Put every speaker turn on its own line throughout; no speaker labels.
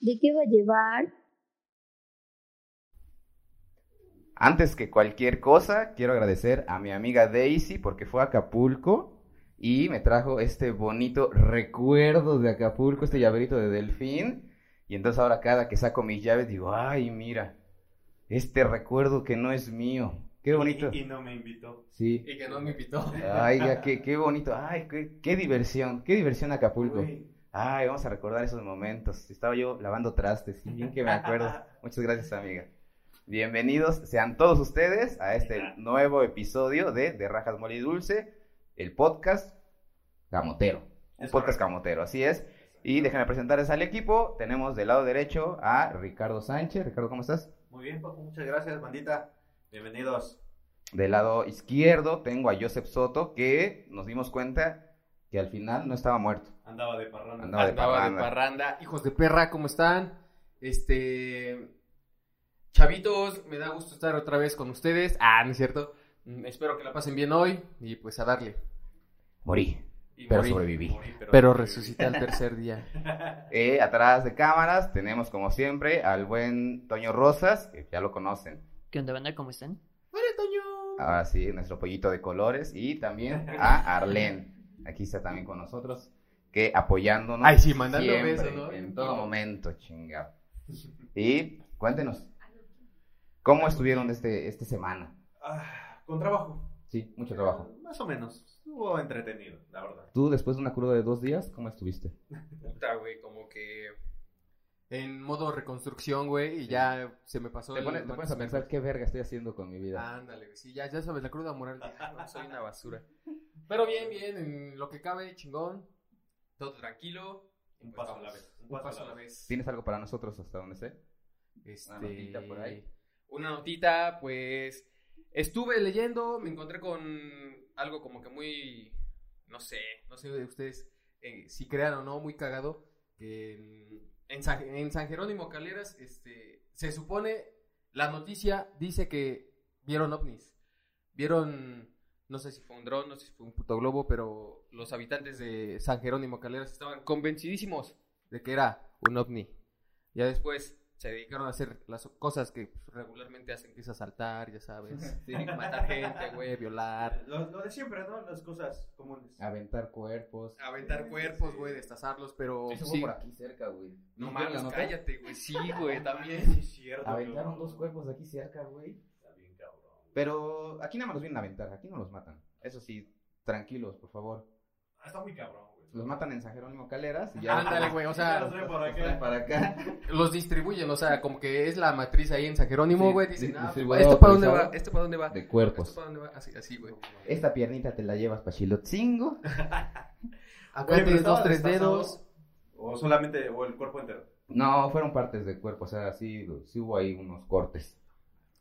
¿De qué va a llevar?
Antes que cualquier cosa, quiero agradecer a mi amiga Daisy porque fue a Acapulco y me trajo este bonito recuerdo de Acapulco, este llaverito de delfín. Y entonces ahora cada que saco mis llaves digo, ay, mira, este recuerdo que no es mío. Qué bonito.
Y, y no me invitó.
Sí.
Y que no me invitó.
Ay, ya, qué, qué bonito. Ay, qué, qué diversión. Qué diversión Acapulco.
Uy,
Ay, vamos a recordar esos momentos. Estaba yo lavando trastes. y Bien que me acuerdo. Muchas gracias, amiga. Bienvenidos sean todos ustedes a este nuevo episodio de De Rajas Mole y Dulce, el podcast camotero. Un
Es
podcast camotero, así es. Y déjenme presentarles al equipo. Tenemos del lado derecho a Ricardo Sánchez. Ricardo, ¿cómo estás?
Muy bien, Paco, muchas gracias, bandita. Bienvenidos.
Del lado izquierdo tengo a Joseph Soto, que nos dimos cuenta que al final no estaba muerto.
Andaba de parrón.
Andaba de
Andaba de
parranda.
parranda. Hijos de perra, ¿cómo están? Este. Chavitos, me da gusto estar otra vez con ustedes. Ah, no es cierto. Mm, Espero que la pasen bien hoy y pues a darle.
Morí.
Y
Pero
morí.
sobreviví.
Pero resucité al tercer día.
Eh, atrás de cámaras tenemos, como siempre, al buen Toño Rosas, que ya lo conocen.
¿Qué onda, banda? ¿Cómo están?
¡Hola, Toño!
Ahora sí, nuestro pollito de colores. Y también a Arlén. Aquí está también con nosotros. Que apoyándonos.
Ay, sí, mandando
siempre,
besos, ¿no?
En todo momento, chingado. Y cuéntenos. ¿Cómo estuvieron este, esta semana?
Ah, con trabajo.
Sí, mucho trabajo.
Más o menos. Estuvo entretenido, la verdad.
¿Tú después de una cruda de dos días, cómo estuviste?
Puta, güey, como que. En modo reconstrucción, güey, y ya se me pasó.
Te
el
pones, te
mal-
pones a pensar qué verga estoy haciendo con mi vida.
Ándale, güey, sí, ya, ya sabes, la cruda moral. de, "Ah, no, soy una basura. Pero bien, bien, en lo que cabe, chingón. Todo tranquilo.
Un
Pues
paso a la
vamos,
vez.
Un paso a la vez.
¿Tienes algo para nosotros hasta donde sé?
Este,
Una notita por ahí.
Una notita, pues. Estuve leyendo, me encontré con algo como que muy. No sé, no sé de ustedes eh, si crean o no, muy cagado. Que en, en San, en San Jerónimo Caleras, este, se supone. La noticia dice que vieron ovnis. Vieron. No sé si fue un dron, no sé si fue un puto globo, pero los habitantes de San Jerónimo Caleras estaban convencidísimos de que era un ovni. Ya después se dedicaron a hacer las cosas que regularmente hacen, que es asaltar, ya sabes, matar gente, güey, violar,
Lo, lo de siempre, ¿no? Las cosas comunes.
Aventar cuerpos.
aventar cuerpos, güey, destazarlos, pero
Eso fue
sí,
por aquí cerca, güey.
no
¿Vieron la
mames,
nota?
cállate, güey, sí, güey,
Sí,
también.
es cierto.
Aventaron
cabrón.
dos cuerpos aquí cerca, güey.
Está bien, cabrón.
Pero aquí nada más los vienen a aventar, aquí no los matan. Eso sí, tranquilos, por favor.
Ah, Está muy cabrón, güey.
Los matan en San Jerónimo Caleras y ya.
Ándale, güey, o
Los
sea,
traen por
los
acá.
traen para acá.
los distribuyen, o sea, como que es la matriz ahí en San Jerónimo,
Sí,
güey,
di-
dicen, ah,
distribuidor
¿esto para dónde va?
autorizado.
¿Esto para dónde va?
De pues.
¿Esto
cuerpos.
para dónde va? Así, así, güey.
Esta piernita te la llevas para Chilotzingo.
Acá
Oye, pero
tienes dos,
estaba
tres
destazado.
dedos.
O solamente, o el cuerpo entero.
No, fueron partes de cuerpo, o sea, sí, sí hubo ahí unos cortes.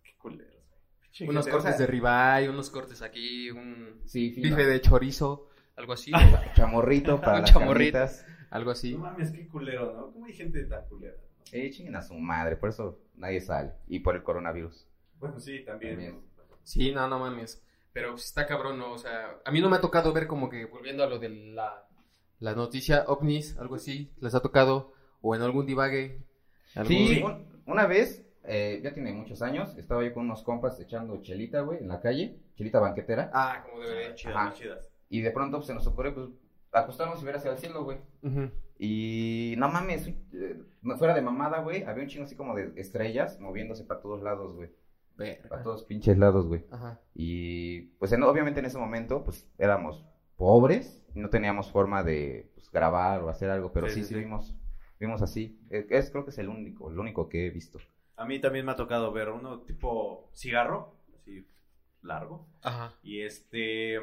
Qué culeros, güey.
Unos
Fíjate,
cortes
o
de
sea,
ribeye, unos cortes aquí, un
Sí, fino.
bife de chorizo, algo así,
Chamorrito para
Un
las
chamorrito.
carnitas.
algo así.
No mames, qué culero, ¿no? ¿Cómo hay gente tan culera? no?
Eh, chinguen a su madre, por eso nadie sale. Y por el coronavirus.
Bueno, sí, también.
También.
Sí, no, no mames. Pero pues, está cabrón, ¿no? O sea, a mí no me ha tocado ver como que, volviendo a lo de la, la noticia ovnis, algo así, les ha tocado, o en algún divague. algún-
Sí, un- una vez, eh, ya tiene muchos años, estaba yo con unos compas echando chelita, güey, en la calle, chelita banquetera.
Ah, como
Ah,
debería.
chidas,
Ajá.
chidas.
Y de pronto pues, se nos ocurrió, pues, acostarnos y ver hacia el cielo, güey.
Ujú.
Y no mames, eh, fuera de mamada, güey, había un chingo así como de estrellas moviéndose para todos lados, güey. Para todos pinches lados, güey.
Ajá.
Y pues en- obviamente en ese momento, pues éramos pobres, y no teníamos forma de pues, grabar o hacer algo, pero sí,
Sí,
sí,
sí, sí.
vimos, vimos así. Eh, Es, creo que es el único, el único que he visto.
A mí también me ha tocado ver uno tipo cigarro, así largo.
Ajá.
Y este.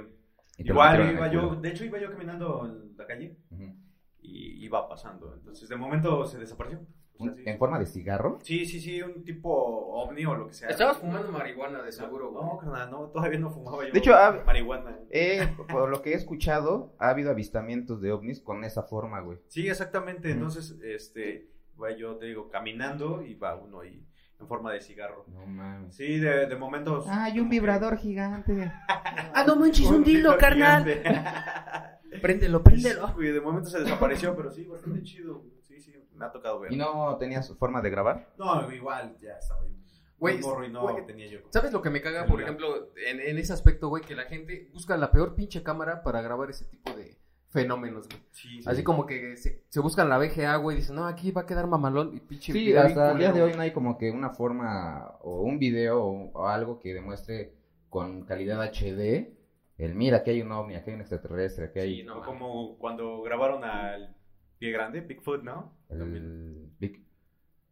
Y te lo
Igual
metieron
iba
en el
yo,
culo.
de hecho iba yo caminando en la calle
Ujú.
y iba pasando. Entonces, de momento se desapareció. O sea,
Un-
sí.
¿En forma de cigarro?
Sí, sí, sí, un tipo ovni o lo que sea.
Estabas fumando marihuana, de seguro, güey.
No, carnal, no, todavía no fumaba yo.
De hecho, ah,
marihuana.
Eh, por lo que he escuchado, ha habido avistamientos de ovnis con esa forma, güey.
Sí, exactamente.
Ujú.
Entonces, este, va yo te digo, caminando y va uno y en forma de cigarro.
No mames.
Sí, de, de momentos.
Ah, Hay un
como que-
vibrador gigante.
Ah, no manches,
Un
un dilo,
dildo
carnal.
gigante.
Préndelo,
Sí,
préndelo.
güey, de momento se desapareció, pero sí, bastante chido. güey. Sí, sí, me ha tocado ver.
¿Y no tenías forma de grabar?
No, igual, ya estaba yo.
Güey,
Muy morro y no
güey,
tenía yo. como-
¿Sabes lo que me caga, por
Celular.
ejemplo, en, en ese aspecto, güey? Que la gente busca la peor pinche cámara para grabar ese tipo de fenómenos, güey.
Sí, sí.
Así como que se, se buscan la VGA, güey, y dicen, no, aquí va a quedar mamalón y pinche.
Sí,
video bien
hasta el día de
culero.
hoy no hay como que una forma o un video o, o algo que demuestre con calidad HD el mira, aquí hay un ovni, aquí hay un extraterrestre, aquí hay
Sí,
O
no mames.
como cuando grabaron al pie grande, Bigfoot, ¿no? También.
el Big-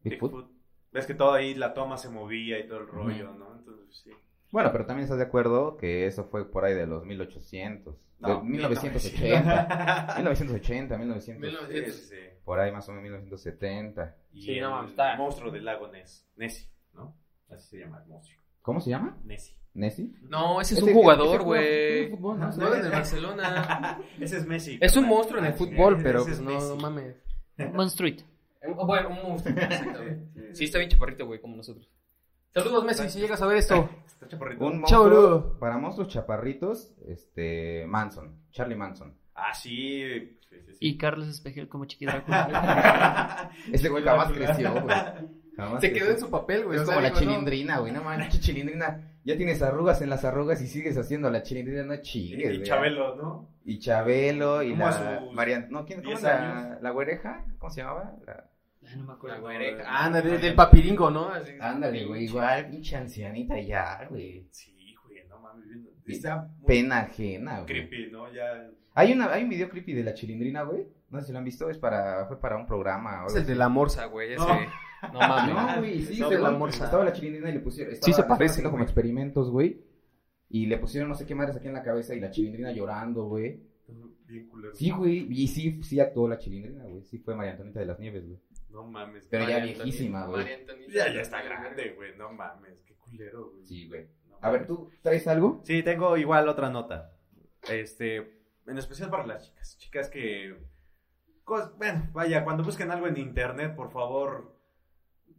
Bigfoot.
Ves que todo ahí la toma se movía y todo el rollo, ¿no? Entonces, sí.
Bueno, pero también estás de acuerdo que eso fue por ahí de los 1800,
No,
de 1980, 1980, 1900,
1900.
Sí, sí, sí.
por ahí más o menos 1970.
Y
Sí, no
el
mames, está-
monstruo del lago Ness. Nessie, ¿no? Así se llama el monstruo.
¿Cómo se llama?
Nessie.
¿Nessie?
No, ese es
Ese-
un jugador,
ese juega-
güey.
juega fútbol,
No,
¿no?
es del Barcelona.
Ese es Messi.
Es un
carnal.
monstruo en el
Ah,
fútbol,
sí,
pero
ese
pues
es
no,
Messi.
no mames.
Monstruito.
Bueno, un monstruo. exactamente.
Sí,
Sí, está bien chaparrito, güey, como nosotros. Saludos, Messi, si llegas a ver esto.
Está chaparrito.
Un monstruo,
Chao, boludo.
para monstruos chaparritos, este, Manson, Charlie Manson.
Ah, sí. sí, sí, sí.
Y Carlos Espejel como Chiqui Drácula.
Ese
Ese
güey jamás creció, güey. Jamás
Se quedó
creció.
en su papel, güey.
Es
o sea,
como la
digo, no.
chilindrina, güey. No manches, chilindrina. Ya tienes arrugas en las arrugas y sigues haciendo la chilindrina. No chingues,
Y
güey.
Chabelo, ¿no?
Y Chabelo y
Como
la.
a sus
Marian- No, ¿quién? ¿Cómo
10
la,
años.
la güereja? ¿Cómo se llamaba? La-
Ay, no me
La
acuerdo.
güereja. Ah, no, del, del papiringo, ¿no? Así-
Ándale, güey. Igual, pinche ancianita ya, güey.
Sí, güey, no mames. bien-
Y-
Está muy
Pena ajena, güey.
creepy, ¿no? Ya.
Hay, una, hay un video creepy de la chilindrina, güey. No sé si lo han visto. Es para, fue para un programa. o
Es
algo
el de la morsa, güey. Ese.
No.
No,
Ah,
mames.
No, güey, sí,
Estaba
según
la morsa.
Estaba la chilindrina y le pusieron.
Sí
Estaba,
se
la estaban
parece,
haciendo como
güey.
experimentos, güey. Y le pusieron no sé qué madres aquí en la cabeza y la chilindrina llorando, güey.
Bien culero.
Sí, güey. Y sí, sí actuó la chilindrina, güey. Sí fue María Antonieta de las Nieves, güey.
No mames.
Pero ya
María
viejísima,
Antonieta,
güey.
María Antonieta.
Ya, ya está grande, güey. No mames. Qué culero, güey.
Sí, güey.
No
A ver,
mames.
¿tú traes algo?
Sí, tengo igual otra nota. Este, en especial para las chicas. Chicas que. cos- bueno, vaya, cuando busquen algo en internet, por favor,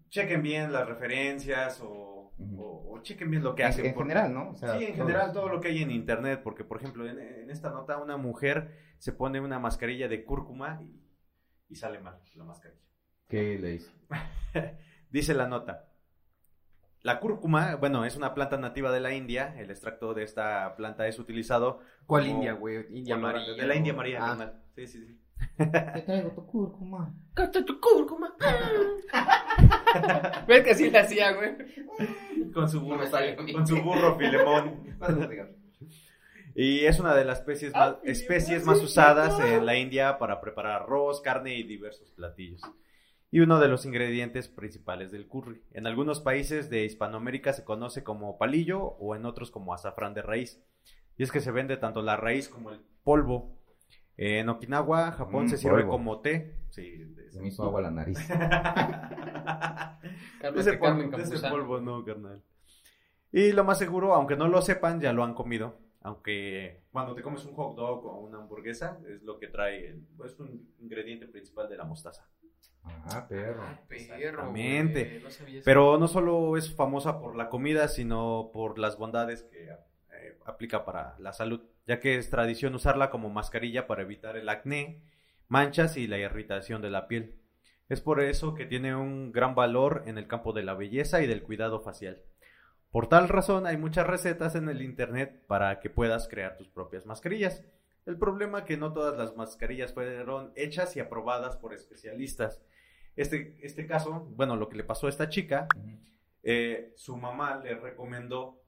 chequen bien las referencias o,
Ujú.
o- o chequen bien lo que
En-
hacen.
en
porque-
general, ¿no? O sea,
Sí, en general todo lo que hay en internet, porque por ejemplo en, en esta nota una mujer se pone una mascarilla de cúrcuma y, y sale mal la mascarilla.
¿Qué le hizo?
Dice la nota. La cúrcuma, bueno, es una planta nativa de la India. El extracto de esta planta es utilizado
¿Cuál
Como-
India, güey? India
por la-
María.
de la India María.
Ah.
carnal. Sí, sí, sí.
Te traigo tu cúrcuma.
Corta tu cúrcuma. ¿Ves que así la hacía, güey?
Con su
No me
burro,
sale
con su burro Filemón. Y es una de las especies más, especies más usadas en la India para preparar arroz, carne y diversos platillos. Y uno de los ingredientes principales del curry. En algunos países de Hispanoamérica se conoce como palillo o en otros como azafrán de raíz. Y es que se vende tanto la raíz como el polvo. En Okinawa, Japón,
Mm,
se sirve
polvo.
como té. Sí, es-
Se me hizo agua la nariz.
Carlos
ese
de Carmen
polvo, de ese
Campuzano.
polvo no, carnal. Y lo más seguro, aunque no lo sepan, ya lo han comido. Aunque cuando te comes un hot dog o una hamburguesa, es lo que trae, el- es un ingrediente principal de la mostaza.
Ah, perro.
Perro,
Exactamente.
güey, No sabía eso.
Pero no solo es famosa por la comida, sino por las bondades que eh, aplica para la salud, ya que es tradición usarla como mascarilla para evitar el acné, manchas y la irritación de la piel. Es por eso que tiene un gran valor en el campo de la belleza y del cuidado facial. Por tal razón hay muchas recetas en el internet para que puedas crear tus propias mascarillas. El problema es que no todas las mascarillas fueron hechas y aprobadas por especialistas. Este, este caso, bueno, lo que le pasó a esta chica,
Ujú.
eh, su mamá le recomendó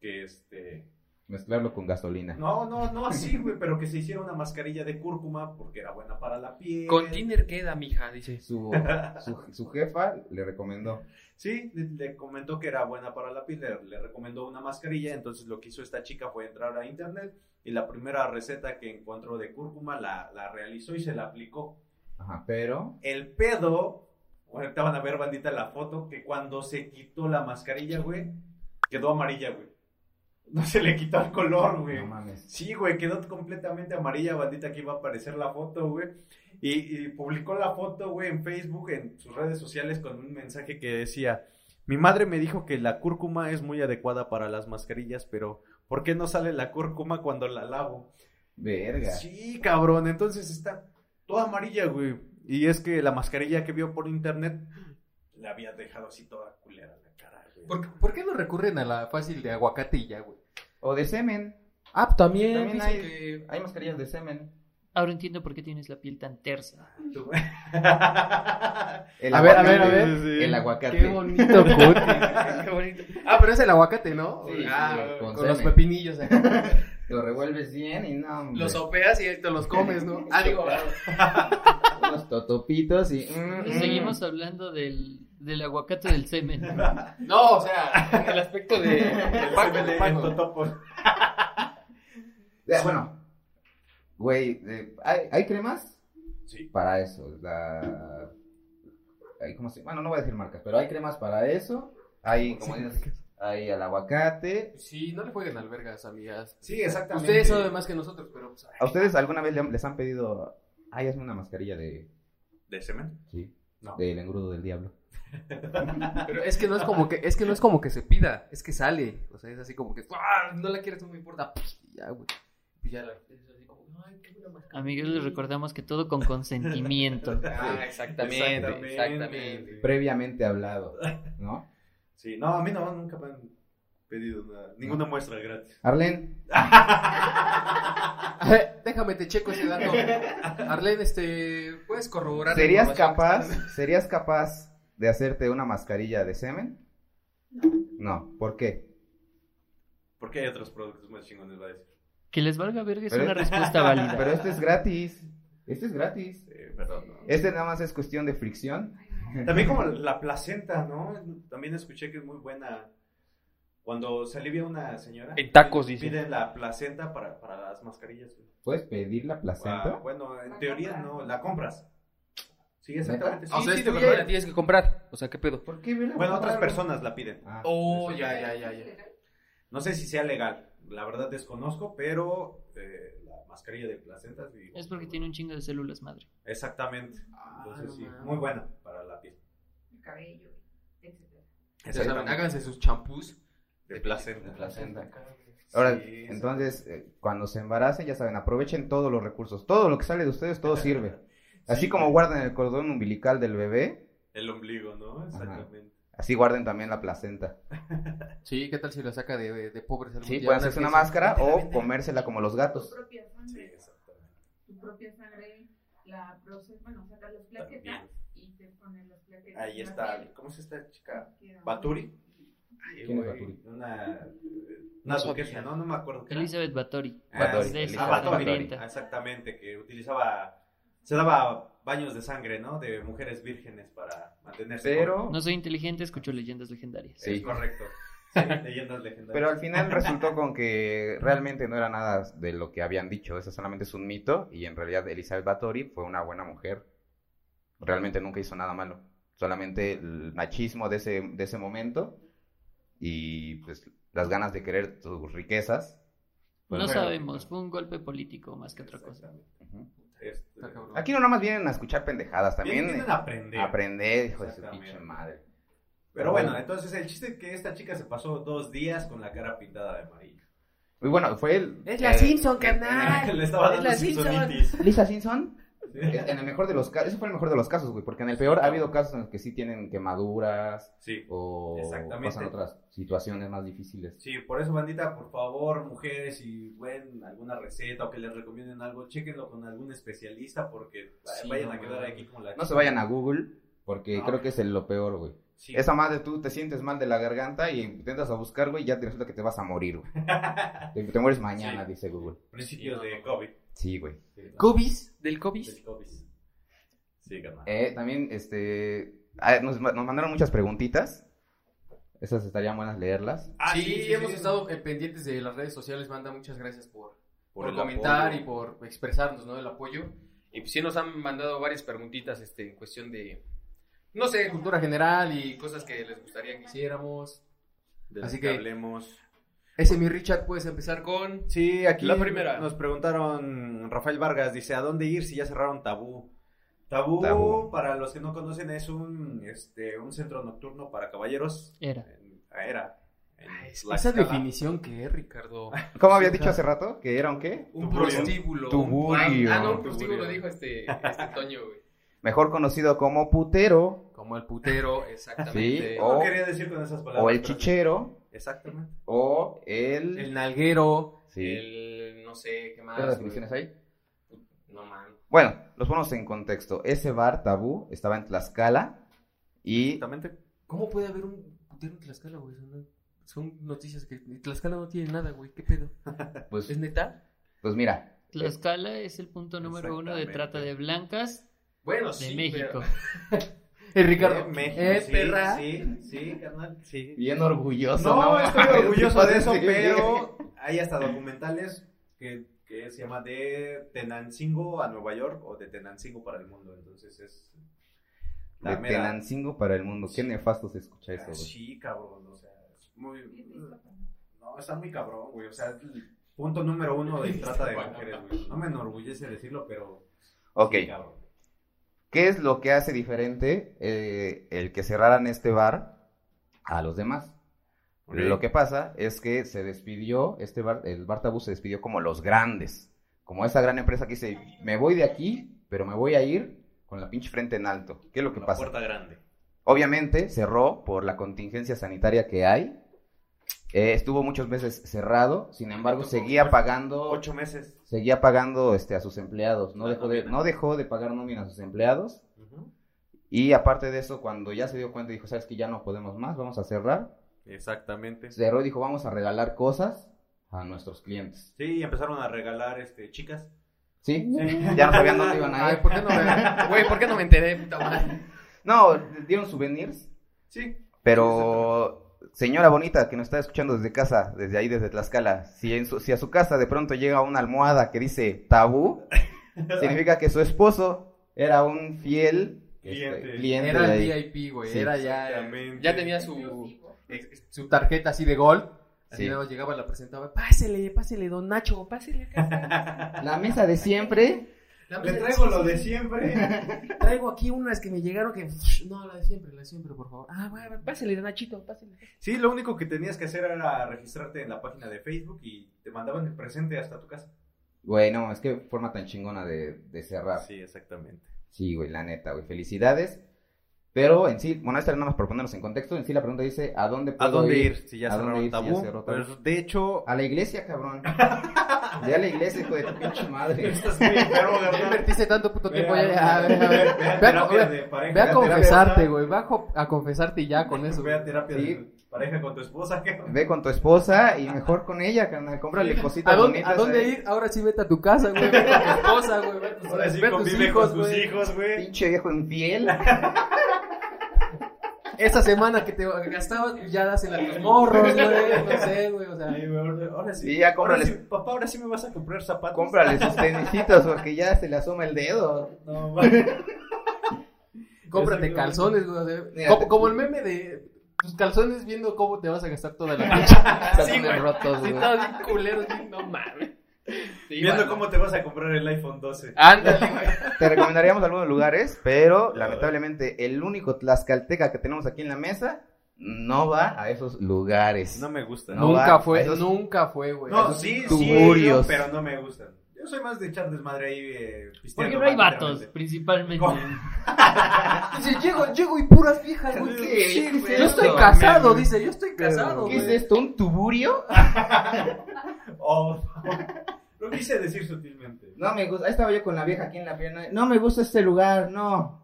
que este...
Mezclarlo con gasolina.
No, no, no así, güey, pero que se hiciera una mascarilla de cúrcuma porque era buena para la piel.
Con Tinder queda, mija, dice.
Su, su, su jefa le recomendó.
Sí, le, le comentó que era buena para la piel, le, le recomendó una mascarilla, entonces lo que hizo esta chica fue entrar a internet y la primera receta que encontró de cúrcuma la, la realizó y se la aplicó.
Ajá, pero.
El pedo, ahorita van a ver bandita la foto, que cuando se quitó la mascarilla, güey, quedó amarilla, güey. No se le quitó el color, güey.
No mames.
Sí, güey, quedó completamente amarilla, bandita, que iba a aparecer la foto, güey. Y, y publicó la foto, güey, en Facebook, en sus redes sociales, con un mensaje que decía, Mi madre me dijo que la cúrcuma es muy adecuada para las mascarillas, pero ¿por qué no sale la cúrcuma cuando la lavo?
Verga.
Sí, cabrón, entonces está toda amarilla, güey. Y es que la mascarilla que vio por internet la había dejado así toda culera la cara, güey.
¿Por, qué- por qué no recurren a la fácil de aguacate y ya, güey?
O de semen.
Ah, también.
También
dicen
hay-
que-
Hay mascarillas de semen.
Ahora entiendo por qué tienes la piel tan tersa.
Tú-
El
A ver, a
aguacate.
ver, a ver.
Sí, sí.
El aguacate.
Qué bonito, cuti. Qué bonito. Ah, pero es el aguacate, ¿no?
Sí,
ah,
sí, con
con, los
semen.
pepinillos. acá.
Lo revuelves bien y no. hombre.
los sopeas y te los comes, ¿no? Ah, digo,
Unos totopitos y. mm, mm.
Seguimos hablando del, del aguacate del semen.
no, o sea, en el aspecto de. del Paco, del Paco.
Eh, Bueno, güey, eh, ¿hay, hay cremas
Sí.
para eso. La... hay como se- Bueno, no voy a decir marcas, pero hay cremas para eso. Hay, como dices, hay al aguacate.
Sí, no le jueguen al vergas, amigas.
Sí, exactamente.
Ustedes saben más que nosotros, pero. Pues, ay.
¿A ustedes alguna vez le han- les han pedido, ay, hazme una mascarilla de,
¿De semen?
sí,
No.
del engrudo del diablo?
Pero es que no es como que, es que no es como que se pida, es que sale. O sea, es así como que, "Ah, no la quieres, no me importa. Y Ya, güey. Y ya la- es así como, ay, qué buena mascarilla.
A Miguel les recordamos que todo con consentimiento.
Ah, exactamente, exactamente.
Previamente hablado, ¿no?
Sí, no, a mí no, nunca me han pedido nada. Ninguna muestra gratis.
Arlen,
A ver, Déjame te checo ese dato. Arlene, este, ¿puedes corroborar? la
¿serías
información
capaz,
que está
serías capaz de hacerte una mascarilla de semen? No, ¿por qué?
Porque hay otros productos más chingones, va a decir.
Que les valga verga es
Pero-
una respuesta válida.
Pero este es gratis, este es gratis.
Eh, perdón, no.
Este nada más es cuestión de fricción.
También como la placenta, ¿no? También escuché que es muy buena. Cuando se alivia una señora.
En tacos,
pide-
dice.
Pide la placenta para, para las mascarillas. güey.
¿Puedes pedir la
Ah,
placenta?
bueno, en
La
teoría
compras.
no, la compras. Sí, exactamente.
Ah, O
Sí,
sea,
sí,
es
de
tuya y
verdad.
la tienes que comprar. O sea, ¿qué pedo?
¿Por qué verla?
Bueno, otras personas la piden.
Ah,
Oh,
eso.
ya, ya, ya, ya.
No sé si sea legal. La verdad desconozco, pero eh, la mascarilla de placenta. sí.
Es porque tiene un chingo de células madre.
Exactamente.
Ah.
Entonces, sí, muy buena para la piel.
Ah, El cabello, etcétera.
Ya saben, háganse sus champús.
De placenta.
De placenta. Ahora,
Sí,
entonces, eh, cuando se embaracen, ya saben, aprovechen todos los recursos. Todo lo que sale de ustedes, todo sirve. Así
Sí,
como
güey.
guardan el cordón umbilical del bebé,
El ombligo, ¿no? Exactamente.
así guarden también la placenta.
Sí, ¿qué tal si la saca de, de pobres algún
Sí,
día?
pueden hacerse una máscara o
Literalmente.
comérsela como los
Tu
gatos.
propia
Pues, Sí,
sangre,
exactamente.
tu propia sangre, la procesas, bueno, sacas las plaquetas y te ponen las plaquetas.
Ahí
en la
está.
piel.
¿Cómo es esta chica?
Queda-
Baturi. Ay,
¿Quién es
güey,
Baturi?
Una, una duquesa, ¿no? No me acuerdo. qué era.
Elizabeth Bathory.
Ah,
Bathory,
sí,
de esa
ah,
Elizabeth
Bathory,
sangrienta.
ah, Exactamente, que utilizaba... Se daba baños de sangre, ¿no? De mujeres vírgenes para mantenerse. joven.
Pero,
No soy inteligente, escucho leyendas legendarias.
Sí.
Es correcto. Sí, leyendas legendarias.
pero al final resultó con que realmente no era nada de lo que habían dicho. Eso solamente es un mito y en realidad Elizabeth Bathory fue una buena mujer. Realmente nunca hizo nada malo. Solamente el machismo de ese, de ese momento y pues las ganas de querer tus riquezas.
no
pues Bueno,
sabemos, fue un golpe político más que otra cosa.
Exactamente.
Ujú.
Este,
Está cabrón.
Aquí no nomás vienen a escuchar pendejadas, también
vienen
eh,
a aprender.
aprender, hijo de su
Exactamente.
pinche madre.
Pero bueno, entonces el chiste es que esta chica se pasó dos días con la cara pintada de amarillo.
Y bueno, fue el...
Es la
eh,
Simpson, carnal.
Le estaba
Es la
dando
Simpson.
sensoritis.
¿Lisa Simpson? En el mejor de los casos, ese fue el mejor de los casos, güey, porque en el peor ha habido casos en los que sí tienen quemaduras
Sí.
o
Exactamente.
pasan otras situaciones más difíciles.
Sí, por eso, bandita, por favor, mujeres, si ven alguna receta o que les recomienden algo, chequenlo con algún especialista porque
Sí,
vayan
no,
a quedar
güey.
aquí como la
No se vayan a Google, porque
No.
creo que es el- lo peor, güey.
Sí.
Esa madre tú te sientes mal de la garganta y intentas a buscar, güey, y ya te resulta que te vas a morir, güey. Te, te mueres mañana,
Sí.
dice Google.
Principios
Sí, no,
de
no.
COVID.
Sí, güey.
¿Cobis? ¿Del Cobis?
Del COVID. Sí, carnal.
Eh, también, este, ah, nos, ma- nos mandaron muchas preguntitas. Esas estarían buenas leerlas.
Ah,
sí,
sí, sí,
hemos
sí.
estado eh, pendientes de las redes sociales, banda. Muchas gracias por, por,
el
comentar
apoyo.
y por expresarnos, ¿no? El apoyo. Y pues sí nos han mandado varias preguntitas este, en cuestión de, no sé, cultura general y cosas que les gustaría que hiciéramos.
De las
Así
que
que-
hablemos.
Ese mi Richard, puedes empezar con...
Sí, aquí
La primera.
nos preguntaron Rafael Vargas, dice, ¿a dónde ir si ya cerraron tabú? Tabú,
Tabú.
para los que no conocen, es un, este, un centro nocturno para caballeros.
Era.
En- Era. en
Ah, Esa
Tlaxcala.
definición que es, Ricardo.
¿Cómo había dicho hace rato? ¿Que era un qué?
Un
Tuburio.
prostíbulo.
Tuburio.
Ah, no, un
Tuburio.
prostíbulo dijo este, este Toño, güey.
Mejor conocido como putero
Como el putero, exactamente.
Sí,
No
o-
quería decir con esas palabras.
Oh. o el
pero-
chichero
Exactamente.
o el...
El nalguero,
Sí.
el no sé qué más.
¿Qué
güey.
definiciones hay?
No mames.
Bueno, los ponemos en contexto. Ese bar tabú estaba en Tlaxcala y
Exactamente.
¿Cómo puede haber un putero en Tlaxcala, güey? Son, son noticias que Tlaxcala no tiene nada, güey. ¿Qué pedo?
pues,
¿Es neta?
pues mira,
Tlaxcala es el punto número uno de trata de blancas
Bueno,
de México.
Eh, Ricardo,
Eh, México,
eh,
sí,
perra.
Sí, sí, carnal, sí.
bien orgulloso. Este
No, estoy
mames,
orgulloso de
sí,
eso,
sí,
pero hay hasta documentales que, que se llama de Tenancingo a Nueva York o de Tenancingo para el mundo. Entonces es.
De
mera-
Tenancingo para el mundo. Qué
Sí.
nefasto se escucha eso,
Ah,
güey.
Sí, cabrón, o sea, es muy.
Disculpen.
No, está muy cabrón, güey. O sea, es el punto número uno de trata de mujeres, güey. No me enorgullece decirlo, pero.
Ok,
sí, cabrón.
¿qué es lo que hace diferente eh, el que cerraran este bar a los demás? Lo que pasa es que se despidió, este bar, el bar tabú se despidió como los grandes, como esa gran empresa que dice, me voy de aquí, pero me voy a ir con la pinche frente en alto. ¿Qué es lo que
La
pasa?
puerta grande.
Obviamente cerró por la contingencia sanitaria que hay. Eh, estuvo muchos meses cerrado, sin embargo
Ocho-
seguía pagando,
Ocho meses.
seguía pagando este a sus empleados, no
La
dejó de,
nómina.
no dejó de pagar nómina a sus empleados. Y aparte de eso, cuando ya se dio cuenta, dijo, sabes que ya no podemos más, vamos a cerrar.
Exactamente.
Cerró y dijo, vamos a regalar cosas a nuestros clientes.
Sí, y empezaron a regalar este, chicas.
Sí,
Sí.
ya no sabían dónde iban a
Ay,
ir.
¿por qué no me... Güey, ¿por qué no me enteré, puta madre?
No, dieron souvenirs,
Sí.
Pero, señora bonita que nos está escuchando desde casa, desde ahí, desde Tlaxcala, si, en su- si a su casa de pronto llega una almohada que dice tabú, significa que su esposo era un fiel este,
Cliente.
cliente de
Era
ahí.
el VIP, güey.
Sí.
Era ya...
Exactamente.
Ya tenía su,
Exclusivo.
Eh.
ex- su tarjeta así de gold. Así
Sí.
nada más llegaba, la presentaba. Pásele, pásele, don Nacho, pásele. acá".
La mesa de siempre,
La
Le
mesa-
traigo
sí,
lo
sí,
de
sí.
siempre.
Traigo aquí unas que me llegaron que... No, la de siempre, la de siempre, por favor. Ah, bueno, pásele, don Nachito, pásele.
Sí, lo único que tenías que hacer era registrarte en la página de Facebook y te mandaban el presente hasta tu casa.
güey, no, es que forma tan chingona de, de cerrar.
Sí, exactamente.
Sí, güey, la neta, güey, felicidades. Pero en sí, bueno, esta era nada más por ponernos en contexto, en sí la pregunta dice, ¿a dónde
¿A
puedo
dónde
ir?
ir? Si ya
¿A dónde
cerraron
ir si ya
tabú.
cerró tabú?
Pues, de hecho,
A la iglesia, cabrón. Ve a la iglesia, hijo de tu pinche madre.
estás muy enfermo,
Ya
carnal.
invertiste tanto puto
Ve
tiempo
a-
ya. ya, a ver, a ver.
ve a
Ve a-
terapia
ve-
de pareja,
Ve a
terapia
confesarte,
de-
güey. Va a jo- a confesarte y ya con eso.
Ve a
güey.
terapia
Sí.
de pareja con tu esposa. cabrón.
Ve con tu esposa y mejor con ella, carnal. Cómprale cositas
¿A dónde,
bonitas. ¿eh?
a dónde
ahí.
ir? Ahora sí vete a tu casa, güey. Vete a tu esposa, güey. Ve a tus,
Ahora sí
ve a tus
convive
hijos,
con tus
güey.
hijos, güey.
Pinche viejo infiel.
Esa semana que te gastabas, pues, ya dásela a tus morros, güey. No sé, güey. O sea,
Sí, güey, ahora- Ahora sí.
Sí, ya
ahora
cómprales.
sí, papá, ahora sí me vas a comprar zapatos.
Cómprale sus tenisitos porque ya se le asoma el dedo.
No, mames.
cómprate
Exactamente.
calzones, güey. o sea,
Mira,
como,
te-
como el meme de tus calzones viendo cómo te vas a gastar toda la noche. Calzones
güey.
rotos,
Sí,
güey.
todos bien culeros, bien, no mames. Sí,
Viendo
bueno.
cómo te vas a comprar el iPhone 12.
Ándale, güey.
Te recomendaríamos algunos lugares, pero
Ya,
lamentablemente el único tlaxcalteca que tenemos aquí en la mesa no va a esos lugares.
No me gusta.
No
nunca
va,
fue,
esos-
nunca fue, güey.
No,
Esos
sí, sí, he
tuburios.
ido, pero no me gustan. Yo soy más de echar desmadre ahí. Eh,
Porque
pisteando,
no hay vatos,
prácticamente.
principalmente.
¿Cómo?
Dice, llego, llego y puras viejas, güey.
¿Qué?
¿Qué
¿Qué es
es Yo estoy
esto?
casado, dice, yo estoy casado,
¿Qué es
güey.
esto? ¿Un tuburio?
Oh, lo quise decir sutilmente.
No me gusta. Ahí estaba yo con la vieja aquí en la pierna. No me gusta este lugar, no.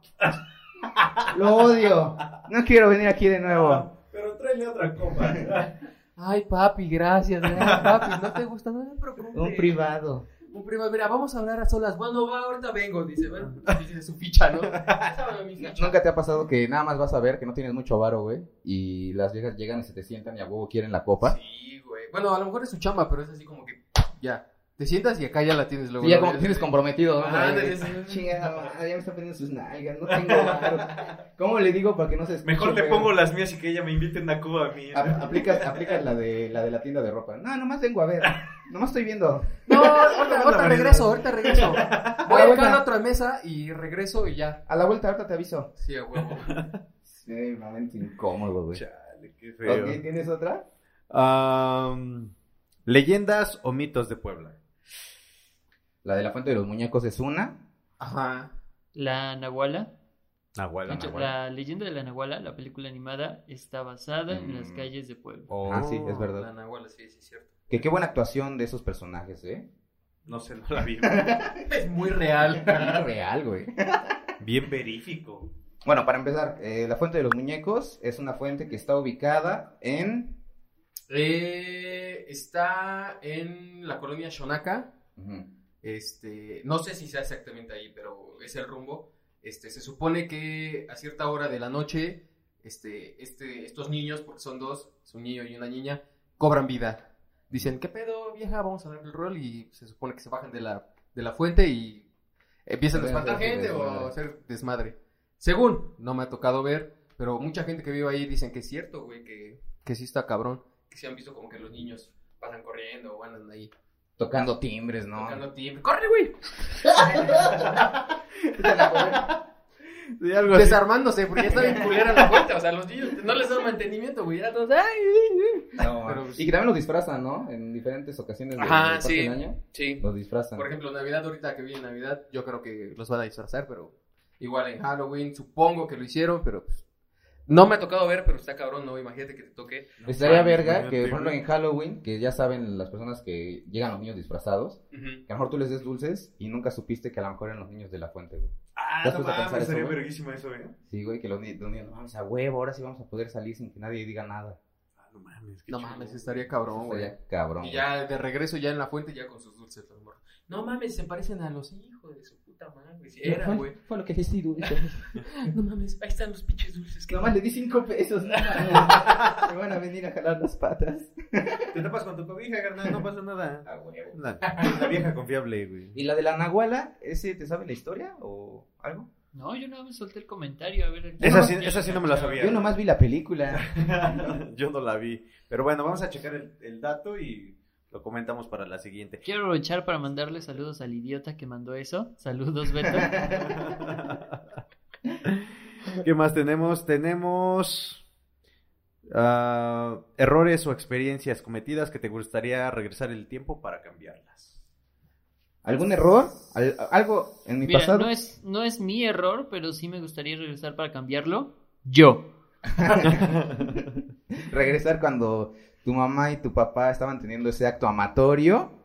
Lo odio. No quiero venir aquí de nuevo.
Pero tráele otra copa.
Ay, papi, gracias, gracias, papi. No te gusta, no te preocupes.
Un privado.
Un primo, mira, vamos a hablar a solas. Bueno, va, ahorita vengo, dice, bueno, dice su ficha, ¿no? Sábame mi ficha.
¿Nunca te ha pasado que nada más vas a ver que no tienes mucho varo, güey? Y las viejas llegan y se te sientan y a huevo quieren la copa.
Sí, güey. Bueno, a lo mejor es su chamba, pero es así como que, ya. Te sientas y acá ya la tienes luego.
Sí, ya
luego.
como te tienes comprometido, ¿no?
Ah,
Ahí,
sí, sí, sí.
Chingada madre, ya me está poniendo sus nalgas, no tengo varo. ¿Cómo le digo para que no se escuche?
Mejor le
güey?
pongo las mías y que ella me invite una cuba a mí.
A- Aplicas, aplicas la, de, la de la tienda de ropa. No, nomás vengo a ver. Nomás estoy viendo.
No, ahorita, ahorita regreso, ahorita regreso. Voy
Ah,
a
bueno.
buscar otra mesa y regreso y ya.
A la vuelta, ahorita te aviso.
Sí, a huevo.
Sí, momento incómodo, güey.
Chale, qué feo.
Ok, ¿Tienes otra?
Am, Leyendas o mitos de Puebla.
La de la fuente de los muñecos es una.
Ajá.
La Nahuala.
Nahuala.
De hecho, la leyenda de la Nahuala, la película animada, está basada en las
Mm.
calles de Puebla.
Oh.
ah, sí, es
La
verdad.
Nahuala, sí, sí, es cierto.
Que qué buena actuación de esos personajes, ¿eh?
No sé, no la vi.
Es muy real.
Ah.
Real, güey.
Bien verífico.
Bueno, para empezar, eh, la fuente de los muñecos es una fuente que está ubicada en...
Eh, está en la colonia Shonaka.
Ujú.
Este, no sé si sea exactamente ahí, pero es el rumbo. Este, se supone que a cierta hora de la noche, este, este, estos niños, porque son dos, es un niño y una niña, cobran vida. Dicen, ¿qué pedo, vieja? Vamos a dar el rol y se supone que se bajan de la, de la fuente y empiezan
Empiezan
a
a
espantar
hacer
gente o
desmadre.
a hacer desmadre. Según, no me ha tocado ver, pero mucha gente que vive ahí dicen que es cierto, güey, que, que sí está cabrón. Que se han visto como que los niños pasan corriendo o andan ahí
Tocando timbres, ¿no?
tocando timbre. ¡Corre, güey!
Sí, algo así.
desarmándose, porque ya está bien culera la puerta. O sea, los niños no les dan mantenimiento, güey. Era todos, ¡ay!
No,
Pero, pues
y que también los disfrazan, ¿no? En diferentes ocasiones del-
Ajá,
del paso
sí.
del año.
Sí.
Los disfrazan.
Por ejemplo, Navidad, ahorita que viene Navidad, yo creo que los van a disfrazar, pero igual en Halloween supongo que lo hicieron, pero pues, no me ha tocado ver, pero está cabrón, no. Imagínate que te toque.
Estaría
No,
verga
imagínate,
que, por ejemplo,
güey.
en Halloween, que ya saben las personas que llegan los niños disfrazados,
Ujú.
que a lo mejor tú les des dulces y nunca supiste que a lo mejor eran los niños de la fuente, güey. ¿Te
Ah,
has
no
puesto a
mames,
pensar eso,
estaría
güey?
verguísima eso, ¿eh?
Sí, güey, que los, ni- los niños, no mames, a huevo, ahora sí vamos a poder salir sin que nadie diga nada.
Ah, no mames. qué
No
chulo.
mames, estaría cabrón, güey.
Estaría cabrón.
Y
güey.
ya de regreso, ya en la fuente, ya con sus dulces, por favor. No mames, se parecen a los hijos de su puta madre. Sí, Era, güey.
Fue lo que hice, güey.
No mames, ahí están los pinches dulces. que
Nomás le di cinco pesos. no mames. Me van a venir a jalar las patas.
Te tapas con tu cobija, carnal, no pasa nada.
A huevo.
La, la vieja confiable, güey.
¿Y la de la Nahuala? ¿Ese te sabe la historia o algo?
No, yo nada más solté el comentario. A ver.
Esa sí- esa sí no me la sabía.
Yo nomás vi la película.
Yo no la vi. Pero bueno, vamos a checar el, el dato y lo comentamos para la siguiente.
Quiero aprovechar para mandarle saludos al idiota que mandó eso. Saludos, Beto.
¿Qué más tenemos? Tenemos ah, errores o experiencias cometidas que te gustaría regresar el tiempo para cambiarlas.
¿Algún error? ¿Al- algo en mi
Mira,
pasado.
no es, no es mi error, pero sí me gustaría regresar para cambiarlo. Yo.
Regresar cuando tu mamá y tu papá estaban teniendo ese acto amatorio.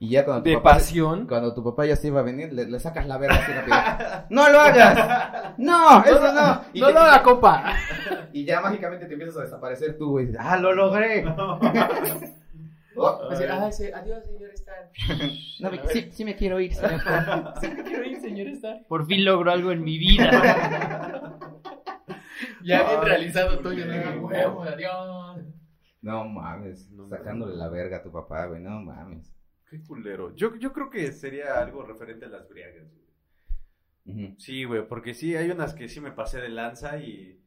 Y ya cuando tu
De
papá.
pasión.
Cuando tu papá ya se iba a venir, le, le sacas la verga así rápido. ¡No lo hagas! ¡No! ¡Eso no! Y,
No
te-
lo haga, compa.
y ya mágicamente te empiezas a desaparecer tú, güey. ¡Ah, lo logré! Oh, así, "Ah,
sí, adiós, señor Star.
no me- sí, sí me quiero ir. sí me-
Quiero ir, señor Star.
Por fin logro algo en mi vida.
Ya bien
Ay,
realizado,
culero.
Toño. ¿no? Huevo, adiós.
No mames.
No
sacándole la verga a tu papá, güey. No mames.
Qué culero. Yo, yo creo que sería algo referente a las briagas. güey.
Ujú.
Sí, güey, porque sí, hay unas que sí me pasé de lanza y...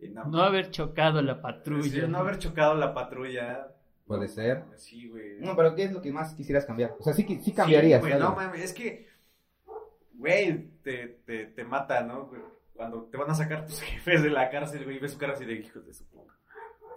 y no,
No haber chocado la patrulla.
Sí, no haber chocado la patrulla.
Puede ser.
Sí, güey.
No, pero ¿qué es lo que más quisieras cambiar? O sea, sí, qui- sí cambiarías.
Sí, güey,
algo.
no mames, es que, güey, te, te, te mata, ¿no? güey? Cuando te van a sacar tus jefes de la cárcel, güey, y ves su cara así de hijos de su puta.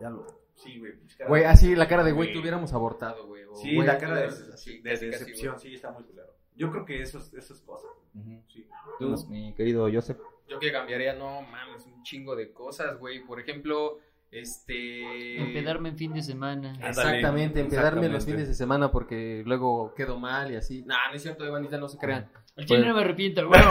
Ya lo. Sí, güey. pinche cara
Güey,
de-
así la cara de güey,
Güey.
te hubiéramos abortado, güey. o
Sí,
güey,
la cara de,
tú hubieras- sí,
de
casi, casi,
decepción, sí, está muy culero. Yo creo que eso, es- eso es cosa.
Ujú.
Sí.
Tú, mi querido Joseph.
güey. Yo que cambiaría, no mames, un chingo de cosas, güey. Por ejemplo, este.
Empedarme en fin de semana.
Exactamente,
Ándale,
empedarme los
exactamente.
fines de semana porque luego quedo mal y así. Nah, no es cierto, Evanita, no se crean.
Pues-
Al chile no me arrepiento, huevo.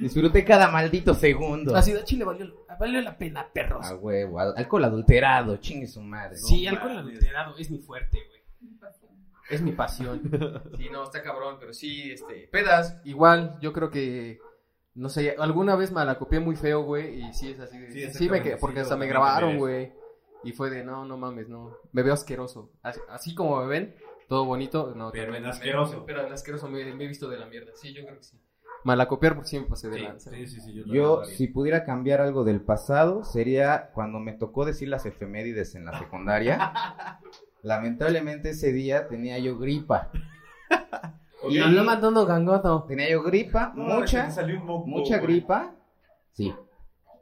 Disfruté cada maldito segundo.
La ciudad chile valió, valió la pena, perros.
A huevo, al- alcohol adulterado, chingue su madre.
sí,
no
alcohol
mames.
adulterado es mi fuerte, güey.
Me pasó.
Es mi pasión. Sí, no, está cabrón, pero sí, este, pedas, igual, yo creo que, no sé, alguna vez me la copié muy feo, güey, y sí es así,
Sí,
de- sí, me
exactamente,
que,
sí,
porque
yo
hasta me
también
grabaron,
me-
güey, y fue de, no, no mames, no, me veo asqueroso, así, así como me ven, Todo bonito. No,
Pero
también
en
me-
asqueroso.
Pero en asqueroso me, me he visto de la mierda. Sí, yo creo que sí. Malacopiar porque siempre pasé de
Sí,
lanza.
sí, sí, sí, yo también lo
Yo,
haría.
si pudiera cambiar algo del pasado, sería cuando me tocó decir las efemérides en la secundaria. Lamentablemente ese día tenía yo gripa. Y
Y-
Habló matando gangoto.
Tenía yo gripa,
No,
mucha,
me salió un moco,
mucha
güey.
gripa. Sí.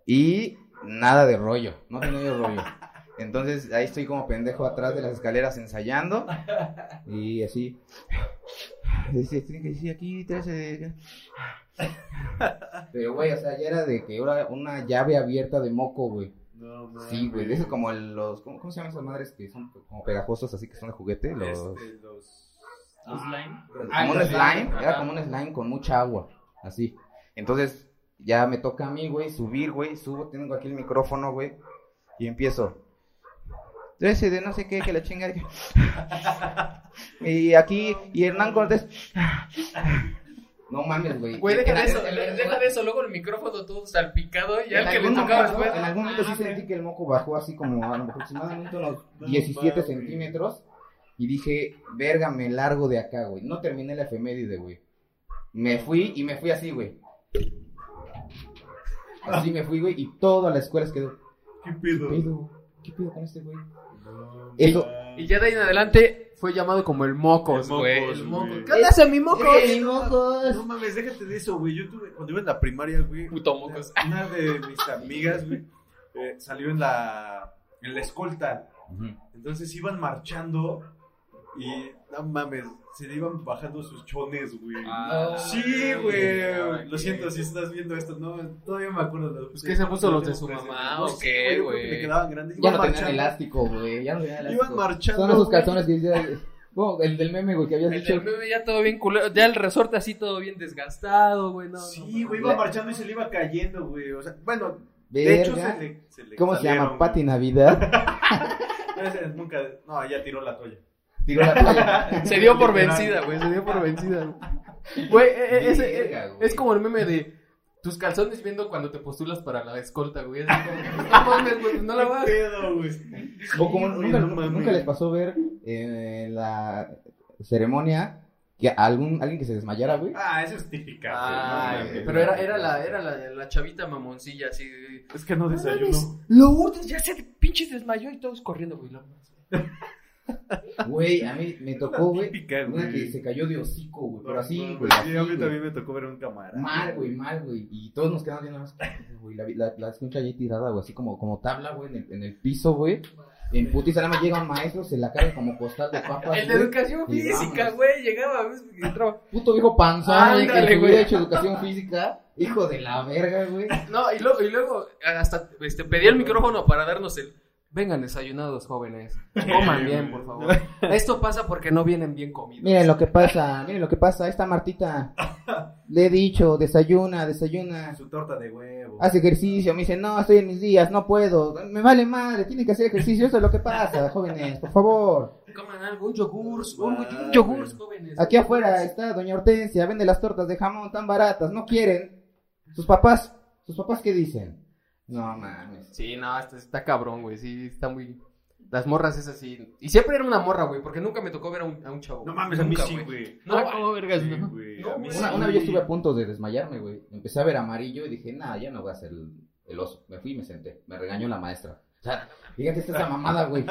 Y nada de rollo, no tenía yo rollo. Entonces ahí estoy como pendejo atrás de las escaleras ensayando. Y así. Dice, tiene que decir aquí, 13 de- Pero güey, o sea, ya era de que era una llave abierta de moco, güey.
No, mames.
Sí, güey, de esos como los. ¿cómo, cómo se llaman esas madres que son como pegajosos, así que son de juguete? Los,
Este, los-
Ah,
Slime.
como un
los
slime,
slime,
era
ajá.
como un slime con mucha agua, así. Entonces, ya me toca a mí, güey, subir, güey, subo, tengo aquí el micrófono, güey, y empiezo. 13 de no sé qué, que la chinga. Y aquí, y Hernán Cortés. No mames, güey.
Güey, deja
En-
de
en-
eso,
en- en-
deja de eso. Luego el micrófono todo salpicado y
en
al que le
algún
tocaba
momento-
después.
En algún momento sí
Ah,
sentí que el moco bajó así como a lo mejor aproximadamente unos
No
17
mames.
centímetros. Y dije, verga, me largo de acá, güey. No terminé la efeméride, güey. Me fui y me fui así, güey. Así me fui, güey, y toda la escuela se quedó.
¿Qué
¿Qué
pedo?
pedo? ¿Qué pedo con este, güey?
No,
Eso-
mames.
Y ya de ahí en adelante fue llamado como el mocos,
El
güey.
mocos,
El moco.
güey.
¿Qué onda ese mi mocos?
¡Ey, mocos!
No mames, déjate de eso, güey. Yo tuve, cuando iba en la primaria, güey.
Puto mocos.
Una, una de mis amigas, güey, eh, salió en la, en la escolta. Entonces iban marchando y, no mames, se le iban bajando sus chones, güey.
Ah,
Sí, güey.
ay,
Lo siento si estás viendo esto. No, todavía me acuerdo. de-
Pues que se puso los de
tengo
su
presente.
mamá,
No
¿o
sé,
qué,
yo creo
güey?
pues, que le quedaban grandes.
Ya
Iban
no tenían
marchando.
elástico, güey. Ya no tenían elástico.
Iban marchando.
Son esos
güey.
calzones que dice. Bueno, el del meme, güey, que habías
El
dicho.
del meme ya todo bien culero. Ya el resorte así todo bien desgastado, güey. No,
Sí,
no,
güey,
no.
iba marchando y se le iba cayendo, güey. O sea, bueno, de hecho
Verga.
se le, se le
¿Cómo se
salieron,
llama?
güey.
Pati Navidad.
No, ese Nunca, no, ya tiró la toalla.
Digo, la playa.
Se dio por
Literal.
vencida,
Güey,
güey.
se dio por vencida. güey. Güey, eh, eh, ese- eh,
Verga, güey.
es como el meme de tus calzones viendo cuando te postulas para la escolta, güey. Es como, no mames, güey, no la vas.
¿Qué pedo, güey?
O como
Sí,
nunca,
no mames.
nunca les pasó ver eh, la ceremonia que algún alguien que se desmayara, güey.
Ah, eso es típica. güey,
Ay,
no mames.
pero era, era la, era la, la chavita mamoncilla, así. de-
Es
Ah,
que no desayuno.
Lo urdes, ya se pinche desmayó y todos corriendo, güey. no.
Güey, a mí me tocó, güey,
Típica,
una que
güey.
se cayó de hocico, güey, pero así,
No,
güey,
sí, a
así,
mí
güey.
también me tocó ver un camarada.
Mal, güey, mal, güey. Y todos nos quedamos viendo más. Güey, la, la, la escucha ahí tirada, güey, así como, como tabla, güey, en el, en el piso, güey. En putiza nada más llega un maestro, se la carga como costal de papas,
El de
güey.
educación
Y
física,
vamos.
güey. Llegaba, ¿ves? entraba.
Puto viejo panzón, güey, que
Ándale,
le hubiera
güey.
hecho educación física. Hijo de la verga, güey.
No, y luego, y luego hasta este, pedía el micrófono para darnos el. Vengan desayunados, jóvenes. Coman bien, por favor. Esto pasa porque no vienen bien comidos.
Miren lo que pasa, miren lo que pasa, esta Martita. Le he dicho, desayuna, desayuna.
Su torta de huevo.
Hace ejercicio, me dice, no, estoy en mis días, no puedo. Me vale madre, tiene que hacer ejercicio, eso es lo que pasa, jóvenes, por favor.
Coman algo, un yogur, un, un
Ah,
yogur,
güey.
jóvenes.
Aquí afuera está Doña Hortensia, vende las tortas de jamón tan baratas, no quieren. Sus papás, sus papás, ¿qué dicen? No mames.
Sí, no, está, está cabrón, güey. Sí, está muy. Las morras es así. Y siempre era una morra, güey, porque nunca me tocó ver a un, a un chavo.
No mames, a mí
Nunca,
sí, güey.
No,
ah, como vergas,
Sí,
¿no?
güey,
No,
a mí
güey.
Una,
sí,
una vez yo
güey.
estuve a punto de desmayarme, güey. Empecé a ver amarillo y dije, nada, ya no voy a hacer el, el oso. Me fui y me senté. Me regañó la maestra. O sea, fíjate esta esa mamada, güey.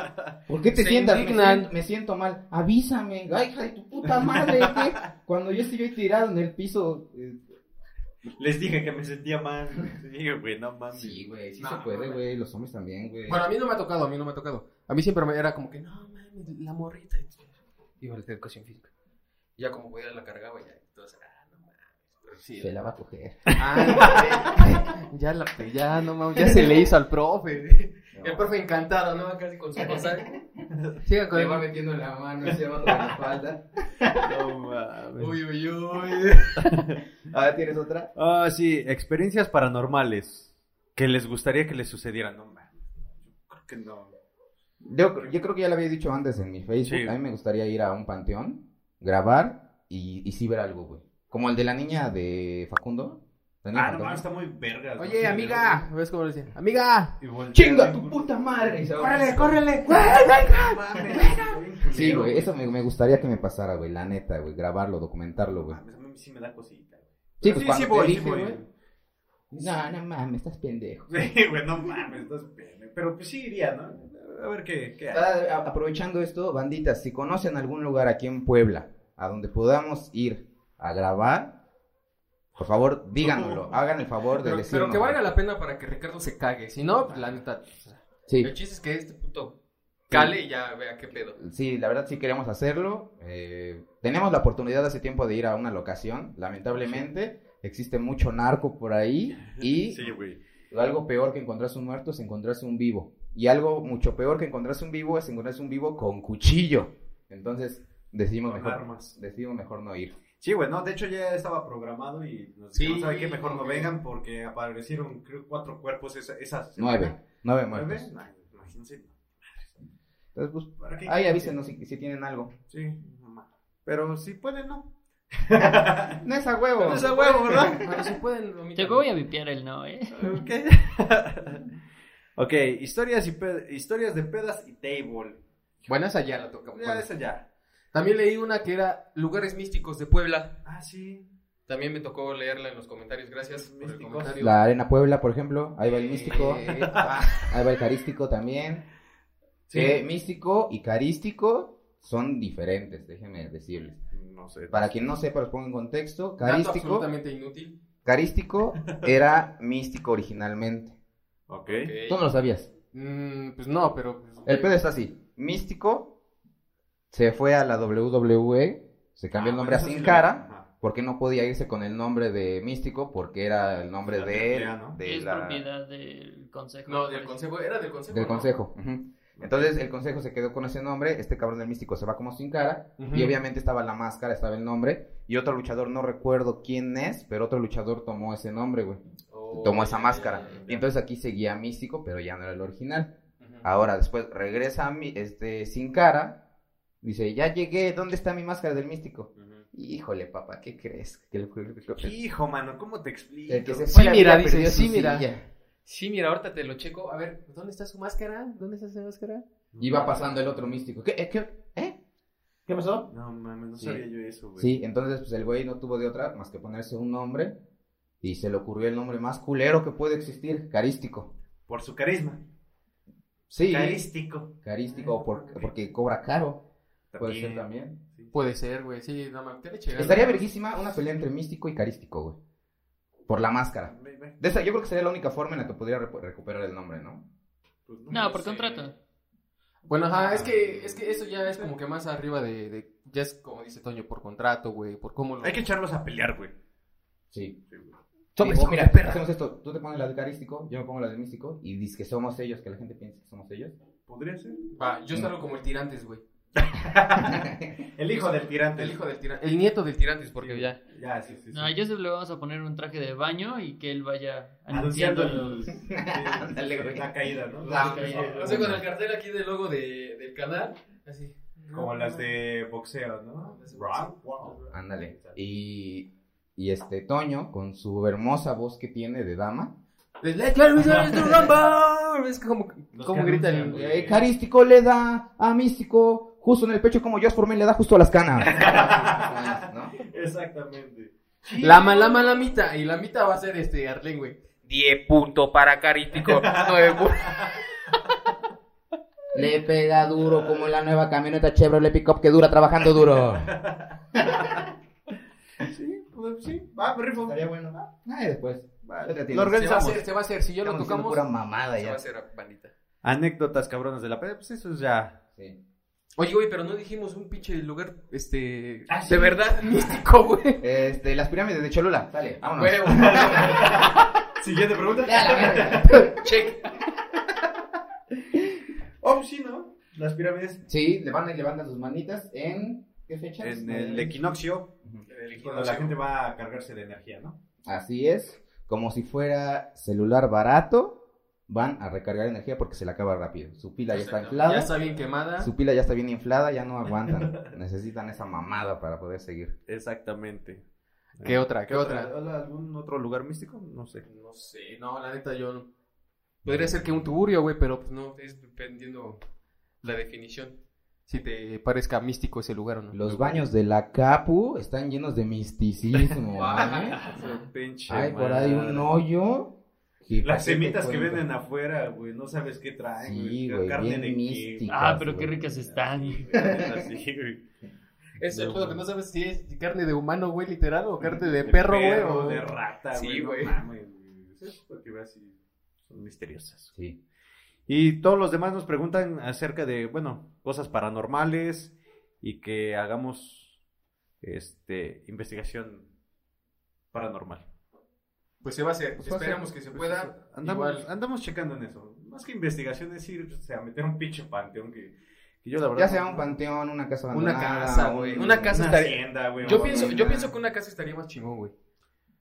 ¿Por qué te
Se
sientas? Me
indignan.
siento, me siento mal. Avísame. Ay, hija de tu puta madre. ¿qué? Cuando yo estoy tirado en el piso. eh,
Les dije que me sentía mal. Sí, güey, no mames.
sí, güey. Sí
No,
se puede,
mames.
güey. Los hombres también, güey.
Bueno, a mí no me ha tocado, a mí no me ha tocado. A mí siempre me era como que, no, mames, la morrita. Iba a la educación física. Y ya como pudiera la cargaba y ya. Entonces, ah, no mames. Pero sí, ¿eh?
Se la va a coger.
Ah, ya la ya no mames, ya se le hizo al profe.
No.
El profe encantado, ¿no? Casi con su rosario. Sigan con
Le va
el
metiendo la mano hacia abajo de la espalda.
No mames.
Uy, uy, uy.
A ver, ¿tienes otra?
Ah, sí, experiencias paranormales que les gustaría que les sucedieran. No mames. Creo que no.
Yo, yo creo que ya lo había dicho antes en mi Facebook.
Sí.
A mí me gustaría ir a un panteón, grabar y, y sí ver algo, güey. Como el de la niña de Facundo. la niña
Ah, no
fantasma.
mames, está muy vergas. ¿no? Sí,
Oye, amiga. Ah, ¿Ves cómo le decía? Amiga.
Y voltea,
¡Chinga
güey,
tu puta madre!
Córrele,
córrele!
No mames, güey.
Sí, güey, eso me, me gustaría que me pasara, güey, la neta, güey, grabarlo, documentarlo, güey.
A mí sí me da cosita. güey.
Sí,
Pero
pues,
sí,
cuando te
voy,
dije,
voy.
güey. No, no mames, estás pendejo.
Sí, güey, no mames, estás pene. Pero pues sí iría, ¿no? A ver qué, qué hay.
Ah, a- Aprovechando esto, banditas, si conocen algún lugar aquí en Puebla a donde podamos ir a grabar, por favor, díganoslo, hagan el favor de
Pero,
decirnos.
pero que valga
güey.
la pena para que Ricardo se cague. Si no, pues, la neta. o sea,
Sí.
El chiste es que este puto cale y ya vea qué pedo.
Sí, la verdad sí queremos hacerlo. Eh, tenemos la oportunidad hace tiempo de ir a una locación, lamentablemente. Existe mucho narco por ahí y
Sí, güey.
algo peor que encontrarse un muerto es encontrarse un vivo. Y algo mucho peor que encontrarse un vivo es encontrarse un vivo con cuchillo. Entonces decidimos
Con
mejor,
armas.
decidimos mejor no ir.
Sí, güey, no, de hecho ya estaba programado y nos
Sí,
dijeron, ¿saben qué? Mejor no
ok.
vengan porque aparecieron, creo, cuatro cuerpos esa, esas.
Nueve, nueve muertos.
¿Nueve? No, imagínense.
Entonces, pues,
¿para qué?
ahí avísenos si, si tienen algo.
Sí, no mames. Pero si pueden, no.
No es a huevo.
No es a huevo, ¿verdad?
Bueno, si pueden, omítanlo.
Te voy a vipear el no, ¿eh?
Ok. ok, historias, y pe- historias de pedas y table.
Bueno, esa ya la tocamos.
Ya,
Bueno.
esa ya.
También leí una que era Lugares Místicos de Puebla.
Ah, sí.
También me tocó leerla en los comentarios. Gracias por el
Místicos.
comentario.
La Arena Puebla, por ejemplo. Ahí va el místico.
Eh, ah,
Ahí va el carístico también.
Sí.
Que Eh, místico y carístico son diferentes, déjenme decirles.
No sé.
Para quien no sepa, los pongo en contexto.
dato
Carístico,
absolutamente inútil.
carístico era místico originalmente.
Ok.
Ok.
¿Eh? Tú no lo sabías.
Mm, pues no, pero. pues,
El pedo está así. Místico se fue a la WWE, se cambió el
Ah,
nombre
bueno, eso
a Sin
sí lo-
Cara,
Ajá.
porque no podía irse con el nombre de místico, porque era el nombre
La
de,
triplea, ¿no?
de
es
la-
propiedad del consejo.
No,
me
del
parece.
consejo. Era del consejo.
del
¿no?
consejo. ujú. Entonces el consejo se quedó con ese nombre, este cabrón del místico se va como sin cara
Ujú.
y obviamente estaba la máscara, estaba el nombre y otro luchador, no recuerdo quién es, pero otro luchador tomó ese nombre, güey.
Oh,
tomó esa
ya, ya,
máscara.
ya, ya.
Y entonces aquí seguía místico, pero ya no era el original.
Ujú.
Ahora después regresa a mi, este sin cara, dice, "Ya llegué, ¿dónde está mi máscara del místico?"
Ujú.
Híjole, papá, ¿qué crees? Que el,
Hijo, mano, ¿cómo te explico?
el que se
Sí,
fue la
mira,
vida
dice,
perdió
sí,
su
mira.
silla.
Sí, mira, ahorita te lo checo. A ver, ¿dónde está su máscara? ¿Dónde está su máscara?
Iba pasando el otro místico. ¿Qué? ¿Qué? ¿Eh? ¿Qué pasó?
No mames, no
Sí.
sabía yo eso, güey.
Sí, entonces pues el güey no tuvo de otra más que ponerse un nombre y se le ocurrió el nombre más culero que puede existir, carístico.
Por su carisma.
Sí,
Carístico.
carístico o por- porque cobra caro, puede ser también.
Puede ser, güey. Sí, no mames. ¿Qué le checaron?
Estaría verguísima una pelea entre místico y carístico, güey. Por la máscara.
Ve, ve,
De esa, yo creo que sería la única forma en la que podría recu- recuperar el nombre, ¿no?
pues,
No, por
sé.
contrato.
Bueno, ajá, es que, es que eso ya es como que más arriba de, de- Ya es como dice Toño, por contrato, güey. Por cómo lo.
Hay que echarlos a pelear, güey.
Sí.
Sí, güey.
Somos,
hijos
mira,
de perra.
hacemos esto. Tú te pones la de carístico, yo me pongo la de místico y dices que somos ellos, que la gente piensa que somos ellos.
¿Podría ser?
Va, yo salgo como el tirantes, güey.
El hijo del tirante.
El hijo del tirantes. El nieto del tirantes, porque ya.
Ya, sí, sí. sí.
No, a Joseph le vamos a poner un traje de baño y que él vaya
Anunciando
anunciando.
el-
Ándale, güey.
la caída, ¿no?
La
Sí, sí,
caída.
sí.
Ah, O sea, con el cartel aquí del logo de, del canal. Así.
Como las de boxeo, ¿no?
Las de boxeo.
Rock, wow.
Ándale. Y, y este Toño, con su hermosa voz que tiene de dama.
¡Let's go, Mr. Rumble! Es que como,
Los
como
que
grita
anuncian,
el.
güey.
eh, carístico le da a místico justo en el pecho como Josh Forman le da justo a las canas. ¿no?
Exactamente.
Lama, lama, lamita. Y lamita va a ser este Arlen, güey. 10 puntos para Carístico.
eh,
9 puntos.
Le pega duro como la nueva camioneta Chevrolet Pickup que dura trabajando duro.
Sí, pues sí. Va, me rifo.
bueno. Ah, y después.
Va.
Ya te tienes.
Lo
Se va a
organizamos.
hacer, se va a hacer. Si yo lo
Estamos haciendo pura
tocamos,
mamada
se va a
ya.
hacer, bandita.
Anécdotas cabronas de la peda, pues eso es ya.
Sí.
Oye, güey, pero no dijimos un pinche lugar, este...
Ah, sí.
De verdad, místico, güey.
Este, las pirámides de Cholula. Dale, vámonos.
Huevo.
Siguiente pregunta.
Ya, la verga.
Check.
Oh, sí, ¿no? Las pirámides.
Sí, le van y levantan sus manitas en. ¿Qué fecha?
En el equinoccio,
Ujú.
cuando la gente va a cargarse de energía, ¿no?
Así es, como si fuera celular barato, van a recargar energía porque se le acaba rápido. Su pila ya está
Ya
inflada,
está bien quemada.
su pila ya está bien inflada, ya no aguantan. Necesitan esa mamada para poder seguir.
Exactamente.
¿Qué otra? ¿Qué otra?
¿Al- ¿Algún otro lugar místico? No sé.
No sé, no, la neta yo no. Podría ser que un tuburio, güey, pero pues no, es dependiendo la definición. si te parezca místico ese lugar o no.
Los baños de la Capu están llenos de misticismo. ¿eh?
Pinche
Hay por
madre.
ahí un hoyo. que ¿para
Las
qué te
semitas que
cuento?
venden afuera, güey, no sabes qué traen.
Sí,
qué
güey,
carne
bien
de qué.
místicas,
Ah, pero qué
güey.
ricas están.
Así, güey.
Es
De
el pedo
humano.
que no sabes si es carne de humano, güey, literal, o carne de,
De
perro, güey. o-
De rata,
Sí,
güey. no
güey.
mames, güey. Eso es porque ve así. Son misteriosas.
Sí.
Y todos los demás nos preguntan acerca de, bueno, cosas paranormales y que hagamos este investigación paranormal.
Pues se va a hacer.
Pues va a
Esperamos
ser.
que se
Pues
pueda.
sí. Andamos,
Igual.
andamos checando en eso. Más que investigación es ir o sea, meter un pinche panteón que, que yo la verdad.
Ya sea un panteón, una casa
Una
abandonada.
casa, güey. Una casa
una
estaría-
hacienda, güey,
Yo
una
pienso,
vaina.
yo pienso que una casa estaría más chingón, güey.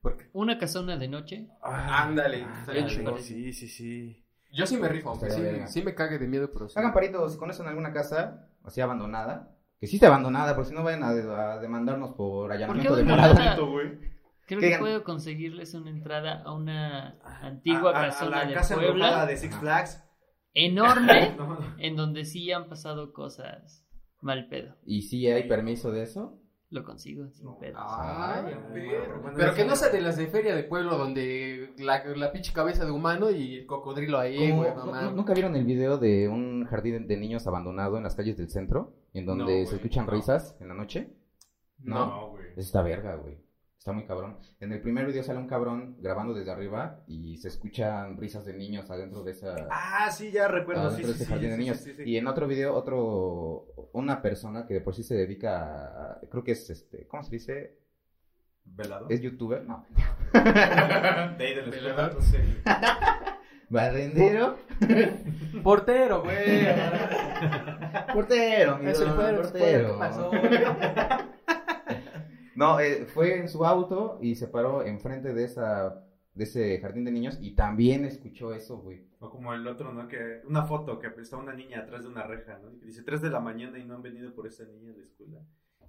Porque
Una casona de noche.
Ah,
Ándale,
estaría chingón.
Sí, sí, sí.
yo sí me rifo, aunque
Estaría
sí,
verga.
sí me cague de miedo, pero sí.
Hagan paritos, si conocen alguna casa así abandonada, que sí está abandonada, porque si no vayan a, de- a demandarnos por allanamiento de
abandonada?
morada.
Bonito, güey.
Creo
Que
que
gan-
puedo conseguirles una entrada a una antigua
Ah, A- a- a
casona
la
de
casa
Puebla
embrujada de Six Flags.
¿Eh?
enorme
No, no.
en donde sí han pasado cosas mal pedo.
¿Y si hay permiso de eso?
Lo consigo sin
No. ah,
pedo.
Ay,
Ay,
pero,
bueno,
pero
bueno,
que no
bueno.
sea de las de Feria de Pueblo donde la, la pinche cabeza de humano y el cocodrilo ahí,
¿Cómo-
güey,
nu-
mamá.
¿Nunca vieron el video de un jardín de niños abandonado en las calles del centro? En
No,
donde
güey,
se escuchan
no.
risas en la noche. No.
No, güey.
Eso está verga, güey. Está muy cabrón. En el primer video sale un cabrón grabando desde arriba y se escuchan risas de niños adentro de esa.
Ah, sí, ya recuerdo.
adentro
Sí,
de
sí,
ese
sí,
jardín de
sí,
niños.
sí, sí, sí.
Y en otro video, otro. Una persona que de por sí se dedica a. Creo que es este. ¿Cómo se dice?
¿Velado?
¿Es youtuber? No.
De ahí de la escuela,
¿Velado?
no sé.
¿Barrendero?
Portero, güey.
Portero, mi
Es el
don,
fuero,
portero.
¿Qué pasó?
No, eh, fue en su auto y se paró enfrente de esa de ese jardín de niños y también escuchó eso, güey.
O como el otro, ¿no? Que una foto que está una niña atrás de una reja, ¿no? Y que dice 3 de la mañana y no han venido por esa niña a la escuela.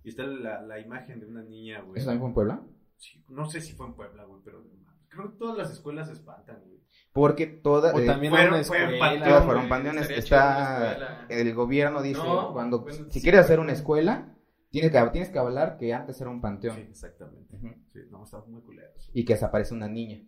Y está la, la imagen de una niña, güey.
¿Eso también fue en Puebla?
Sí, no sé si fue en Puebla, güey, pero creo que todas las escuelas se espantan, güey.
Porque toda eh,
O también
fueron-
a una
fueron
escuela,
panteones,
güey,
fueron panteones,
estaría
está-
chido una escuela.
el gobierno dice,
No,
cuando
bueno,
si
sí.
quieres hacer una escuela, tienes que tienes que hablar que antes era un panteón
Sí, exactamente.
Ujú.
Sí, no, está muy culero. eso.
y que desaparece una niña.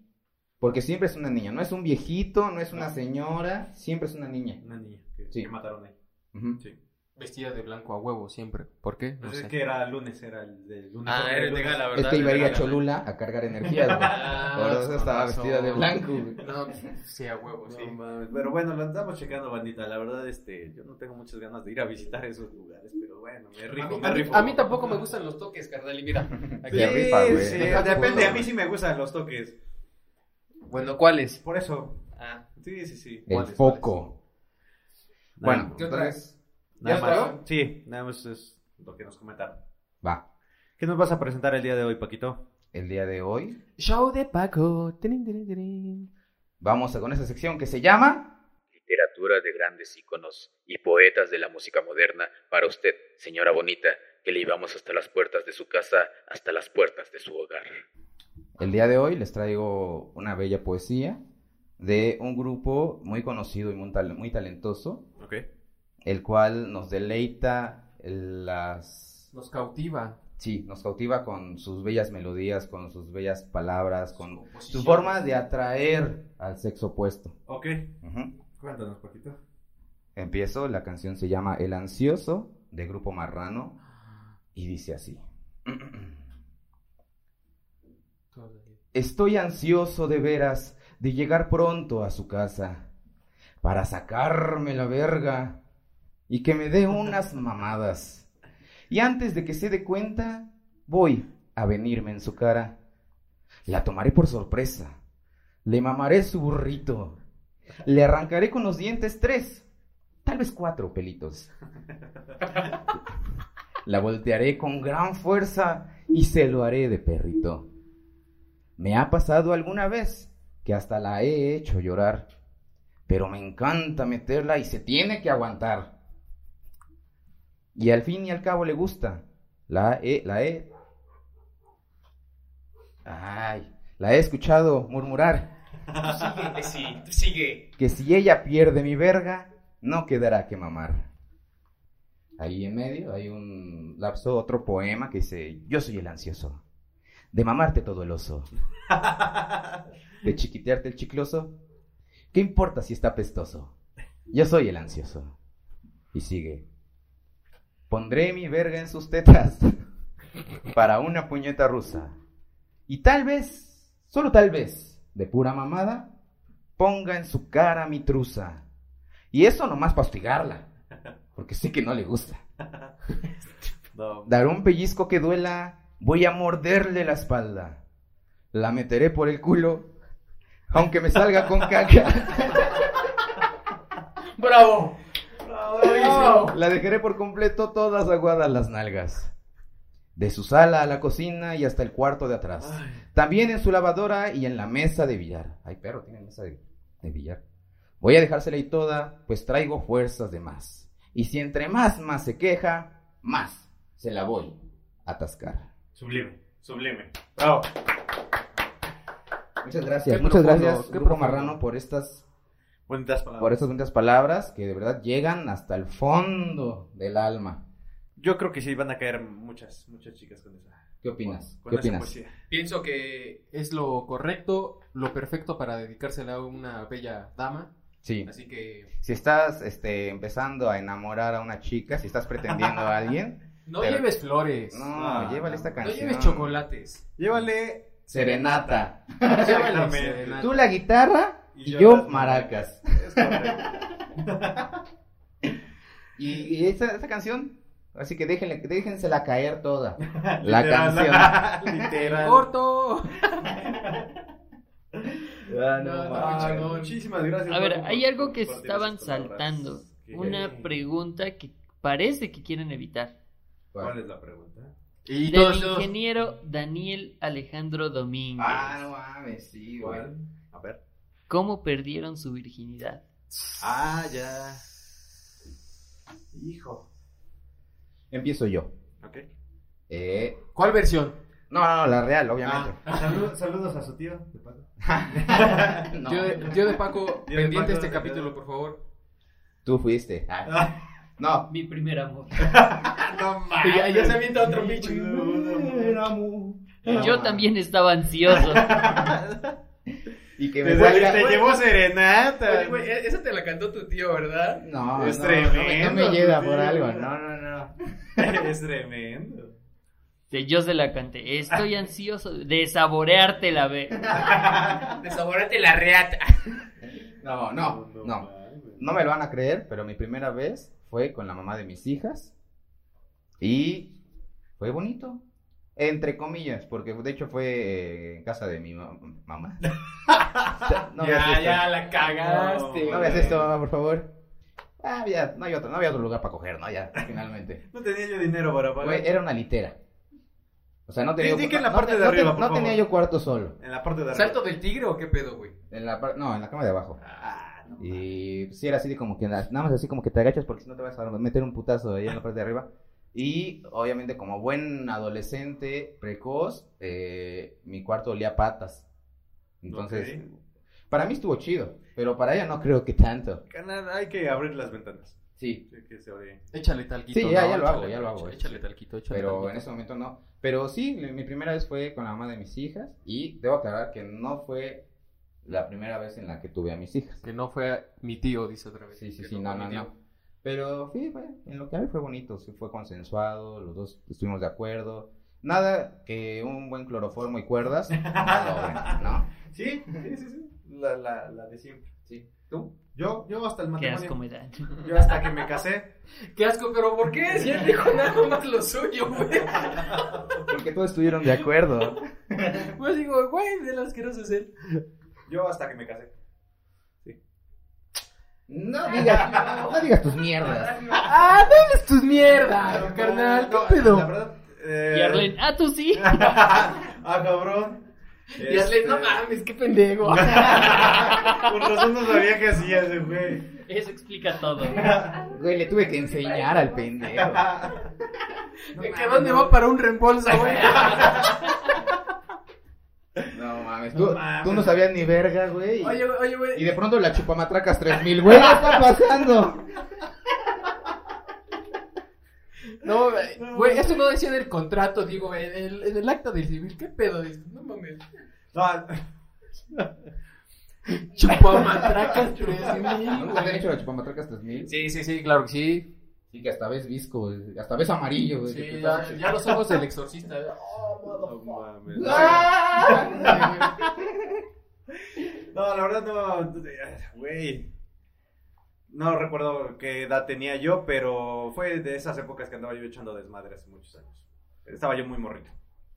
Porque siempre es una niña, no es un viejito, no es una señora, siempre es una niña.
Una niña que,
Sí.
que mataron ahí.
Ujú.
Sí.
Vestida de blanco a huevo siempre. ¿Por qué? No
Pues es
sé.
que era lunes, era el de lunes.
Ah, era el de gala,
Es
¿verdad?
que iba a ir
De
a
la-
Cholula a cargar energía, güey.
Ah,
Por eso
con
estaba
razón.
vestida de blanco, güey.
No, sí, a huevo, sí.
No mames, Pero bueno, lo andamos checando, bandita. La verdad, este, yo no tengo muchas ganas de ir a visitar esos lugares, pero bueno, me
A
rifo,
mí-
me
a mí-
rifo.
a mí tampoco me gustan los toques, carnal, y mira. aquí-
Qué rifa, güey.
Sí, depende, a mí sí me gustan los toques.
Bueno, ¿cuáles?
Por eso,
Ah,
sí, sí, sí.
El
¿Cuáles,
foco.
Nada
Bueno,
más.
¿qué otra?
entonces
Nada
¿Ya
más.
paró?
Sí, nada más es lo que nos comentaron.
va.
¿Qué nos vas a presentar el día de hoy, Paquito?
El día de hoy
Show de Paco. Tirin, tirin, tirin.
Vamos a con esa sección que se llama.
literatura de grandes íconos y poetas de la música moderna para usted, señora bonita, que le llevamos hasta las puertas de su casa, hasta las puertas de su hogar.
El día de hoy les traigo una bella poesía de un grupo muy conocido y muy, tal- muy talentoso,
Ok.
el cual nos deleita las...
Nos cautiva.
Sí, nos cautiva con sus bellas melodías, con sus bellas palabras, con su
composición.
forma de atraer al sexo opuesto.
Ok.
Ujú.
Cuéntanos, Paquito.
Empiezo, la canción se llama El Ansioso, de Grupo Marrano, y dice así. Estoy ansioso de veras de llegar pronto a su casa para sacarme la verga y que me dé unas mamadas. Y antes de que se dé cuenta, voy a venirme en su cara. La tomaré por sorpresa. Le mamaré su burrito. Le arrancaré con los dientes tres, tal vez cuatro pelitos. La voltearé con gran fuerza y se lo haré de perrito. Me ha pasado alguna vez que hasta la he hecho llorar, pero me encanta meterla y se tiene que aguantar. Y al fin y al cabo le gusta. La he, la he. Ay, la he escuchado murmurar
Sigue, sí, tú sigue.
que si ella pierde mi verga, no quedará que mamar. Ahí en medio hay un lapso, otro poema que dice, yo soy el ansioso, de mamarte todo el oso, de chiquitearte el chicloso, ¿qué importa si está pestoso? Yo soy el ansioso. Y sigue, pondré mi verga en sus tetas para una puñeta rusa. Y tal vez, solo tal vez, de pura mamada, ponga en su cara mi truza. Y eso nomás para hostigarla, porque sé que no le gusta.
No,
Daré un pellizco que duela, voy a morderle la espalda. La meteré por el culo, aunque me salga con caca.
¡Bravo!
La dejaré por completo todas aguadas las nalgas. De su sala a la cocina y hasta el cuarto de atrás. También en su lavadora y en la mesa de billar. Ay, perro, tiene mesa de, de billar. Voy a dejársela ahí toda, pues traigo fuerzas de más. Y si entre más más se queja, más se la voy a atascar.
Sublime, sublime. Bravo.
Muchas gracias,
Qué
muchas
profundo,
gracias,
qué
Grupo
profundo.
Marrano, por estas,
Bonitas palabras.
por estas bonitas palabras que de verdad llegan hasta el fondo del alma.
Yo creo que sí van a caer muchas, muchas chicas con esa.
¿Qué opinas?
Con
¿Qué
esa
opinas?
poesía.
Pienso que es lo correcto, lo perfecto para dedicársela a una bella dama.
Sí.
Así que
Si estás este, empezando a enamorar a una chica, si estás pretendiendo a alguien,
no
Pero-
lleves flores, no,
no,
No,
llévale
no.
esta
No
canción.
lleves chocolates.
Llévale.
Serenata.
Llévales
Exactamente.
serenata.
Tú la guitarra
Y
y,
yo
yo
las
maracas.
Es correcto.
Y, y esta, esta canción, así que déjenle, déjensela caer toda.
Literal,
canción.
Literal.
Corto.
Ah,
no, no,
mames.
chingón.
Muchísimas gracias.
A ver,
Marco,
hay
por
algo que
compartir
estaban
esas palabras.
saltando.
¿Qué?
Una pregunta que parece que quieren evitar.
¿Cuál es la pregunta?
Y todo
Del
eso.
ingeniero Daniel Alejandro Domínguez.
Ah, no mames, sí, güey.
¿Cuál? A ver.
¿Cómo perdieron su virginidad?
Ah, ya. Hijo.
Empiezo yo.
Ok.
Eh,
¿Cuál versión?
no, no, no, la real, obviamente.
Saludos, saludos a su tío. de paso.
No.
Yo, de, yo de Paco,
Ah, de
pendiente
Paco,
este
de-
capítulo, por favor.
Tú fuiste. Ah, No.
Mi primer amor.
no
Ah,
Y ya, ya se avienta otro
pinche.
pinche.
Yo también estaba ansioso.
Y que me
Te,
salga. e-,
te llevó serenata.
Oye, güey, esa te la cantó tu tío, ¿verdad?
No, no,
Es
no, me- no
tremendo,
me llega
sí.
por algo. No, no, no.
es tremendo.
Que Yo se la canté. Estoy ansioso de saborearte la ve. Ah,
Desaborate la reata.
No, no, no. No me lo van a creer, pero mi primera vez fue con la mamá de mis hijas. Y fue bonito. Entre comillas, porque de hecho fue eh, en casa de mi ma- mamá. No veas esto.
la
cagaste,
No veas esto, mamá, por favor. Ah, ya, no, hay otro, no había otro lugar para coger, ¿no? Ya, finalmente.
No tenía yo dinero para pagar.
Güey, era una litera. O sea, no
Di- di
tenía,
que en la
no
parte
te-
de
no te-
arriba, por
no tenía
favor.
yo cuarto solo.
En la parte de arriba.
¿Salto del tigre o qué pedo, güey?
En la par- no, en la cama de abajo.
Ah, no.
Y si era así de como que na- nada más así como que te agachas porque si no te vas a meter un putazo ahí en la parte de arriba. Y obviamente como buen adolescente precoz, eh, mi cuarto olía a patas. Entonces, para mí estuvo chido, pero para ella no creo que tanto.
Canal, hay que abrir las ventanas.
Sí,
Sí, que se abren.
Échale talquito.
Sí, ya-
no,
ya lo hago,
échale,
ya lo hago.
Échale, échale talquito, échale
pero
talquito.
en ese momento no. Pero sí, le- mi primera vez fue con la mamá de mis hijas y debo aclarar que no fue la primera vez en la que tuve a mis hijas.
Que no fue mi tío, dice otra vez.
Sí, sí,
Que
sí,
fue
no,
mi
no,
tío.
no. Pero sí, fue- en lo que había fue bonito, sí fue consensuado, los dos estuvimos de acuerdo. Nada que un buen cloroformo y cuerdas, no logren, ¿no?
Sí, sí, sí. sí. La, la, la de siempre.
Sí.
¿Tú? Yo, yo hasta el
Qué
matrimonio.
asco me dan.
Eh.
Yo hasta que me casé.
Qué asco, pero ¿por qué? Si él dijo nada más lo suyo, güey.
Porque todos estuvieron de acuerdo.
Pues digo, güey, de las que no se él.
Yo hasta que me casé.
No digas, no digas tus mierdas.
¡Ah, no tus mierdas, carnal!
No,
¿Qué pedo?
La verdad. Eh...
Y Arlen, ah, tú sí.
ah, cabrón.
Y hazle, no
Este,
mames, qué pendejo.
Por razón no sabía que hacía ese güey.
Eso explica todo.
Güey, le tuve que enseñar al pendejo.
¿De ¿Que dónde va para un reembolso, güey?
No mames, tú,
No mames.
tú no sabías ni verga, güey.
Oye, güey, oye,
Y
güey.
de pronto la chupamatracas 3000, güey, ¿qué está pasando?
No, güey, eso no decía en el contrato, digo, en el, en el acta del civil. ¿Qué pedo? Dices, No mames.
No,
Chupamatracas 3000,
¿Nunca habían
güey.
hecho la chupamatracas 3000?
Sí, sí, sí, claro que sí.
Sí, que hasta ves visco, güey, hasta ves amarillo. güey, que
Sí,
te
ya,
estás-
ya los ojos del exorcista. ¿eh?
no mames.
¡Ah!
No, la verdad no. Güey. No recuerdo qué edad tenía yo, pero fue de esas épocas que andaba yo echando desmadre hace muchos años. Estaba yo muy morrito.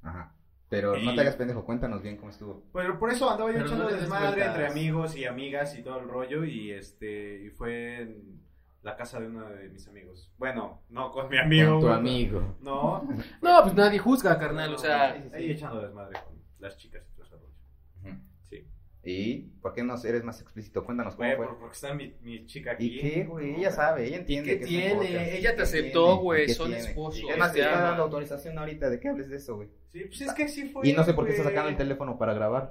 Ajá. Pero no
Y-
te hagas pendejo, cuéntanos bien cómo estuvo.
Pero por eso andaba yo
Pero no
echando
le des
desmadre
vueltas.
entre amigos y amigas y todo el rollo y este y fue en la casa de uno de mis amigos. Bueno, no con mi amigo.
Con tu
güey.
amigo.
No,
No, pues nadie juzga, carnal, o sea.
ahí echando desmadre con las chicas y todo ese rollo.
Ujú.
Sí.
¿Y por qué no eres más explícito? Cuéntanos cómo
Güey,
fue.
por- porque está mi, mi chica aquí.
¿Y qué, güey? Ella sabe, ella
¿Y
entiende.
¿Qué
que es un podcast.
tiene? Ella te
¿Qué
aceptó,
tiene?
güey,
¿Qué
son
tiene?
esposos.
Es más,
o
te
sea,
está dando autorización ahorita de que hables de eso, güey.
Sí, pues es que así fue.
Y no sé por qué está
güey.
sacando el teléfono para grabar.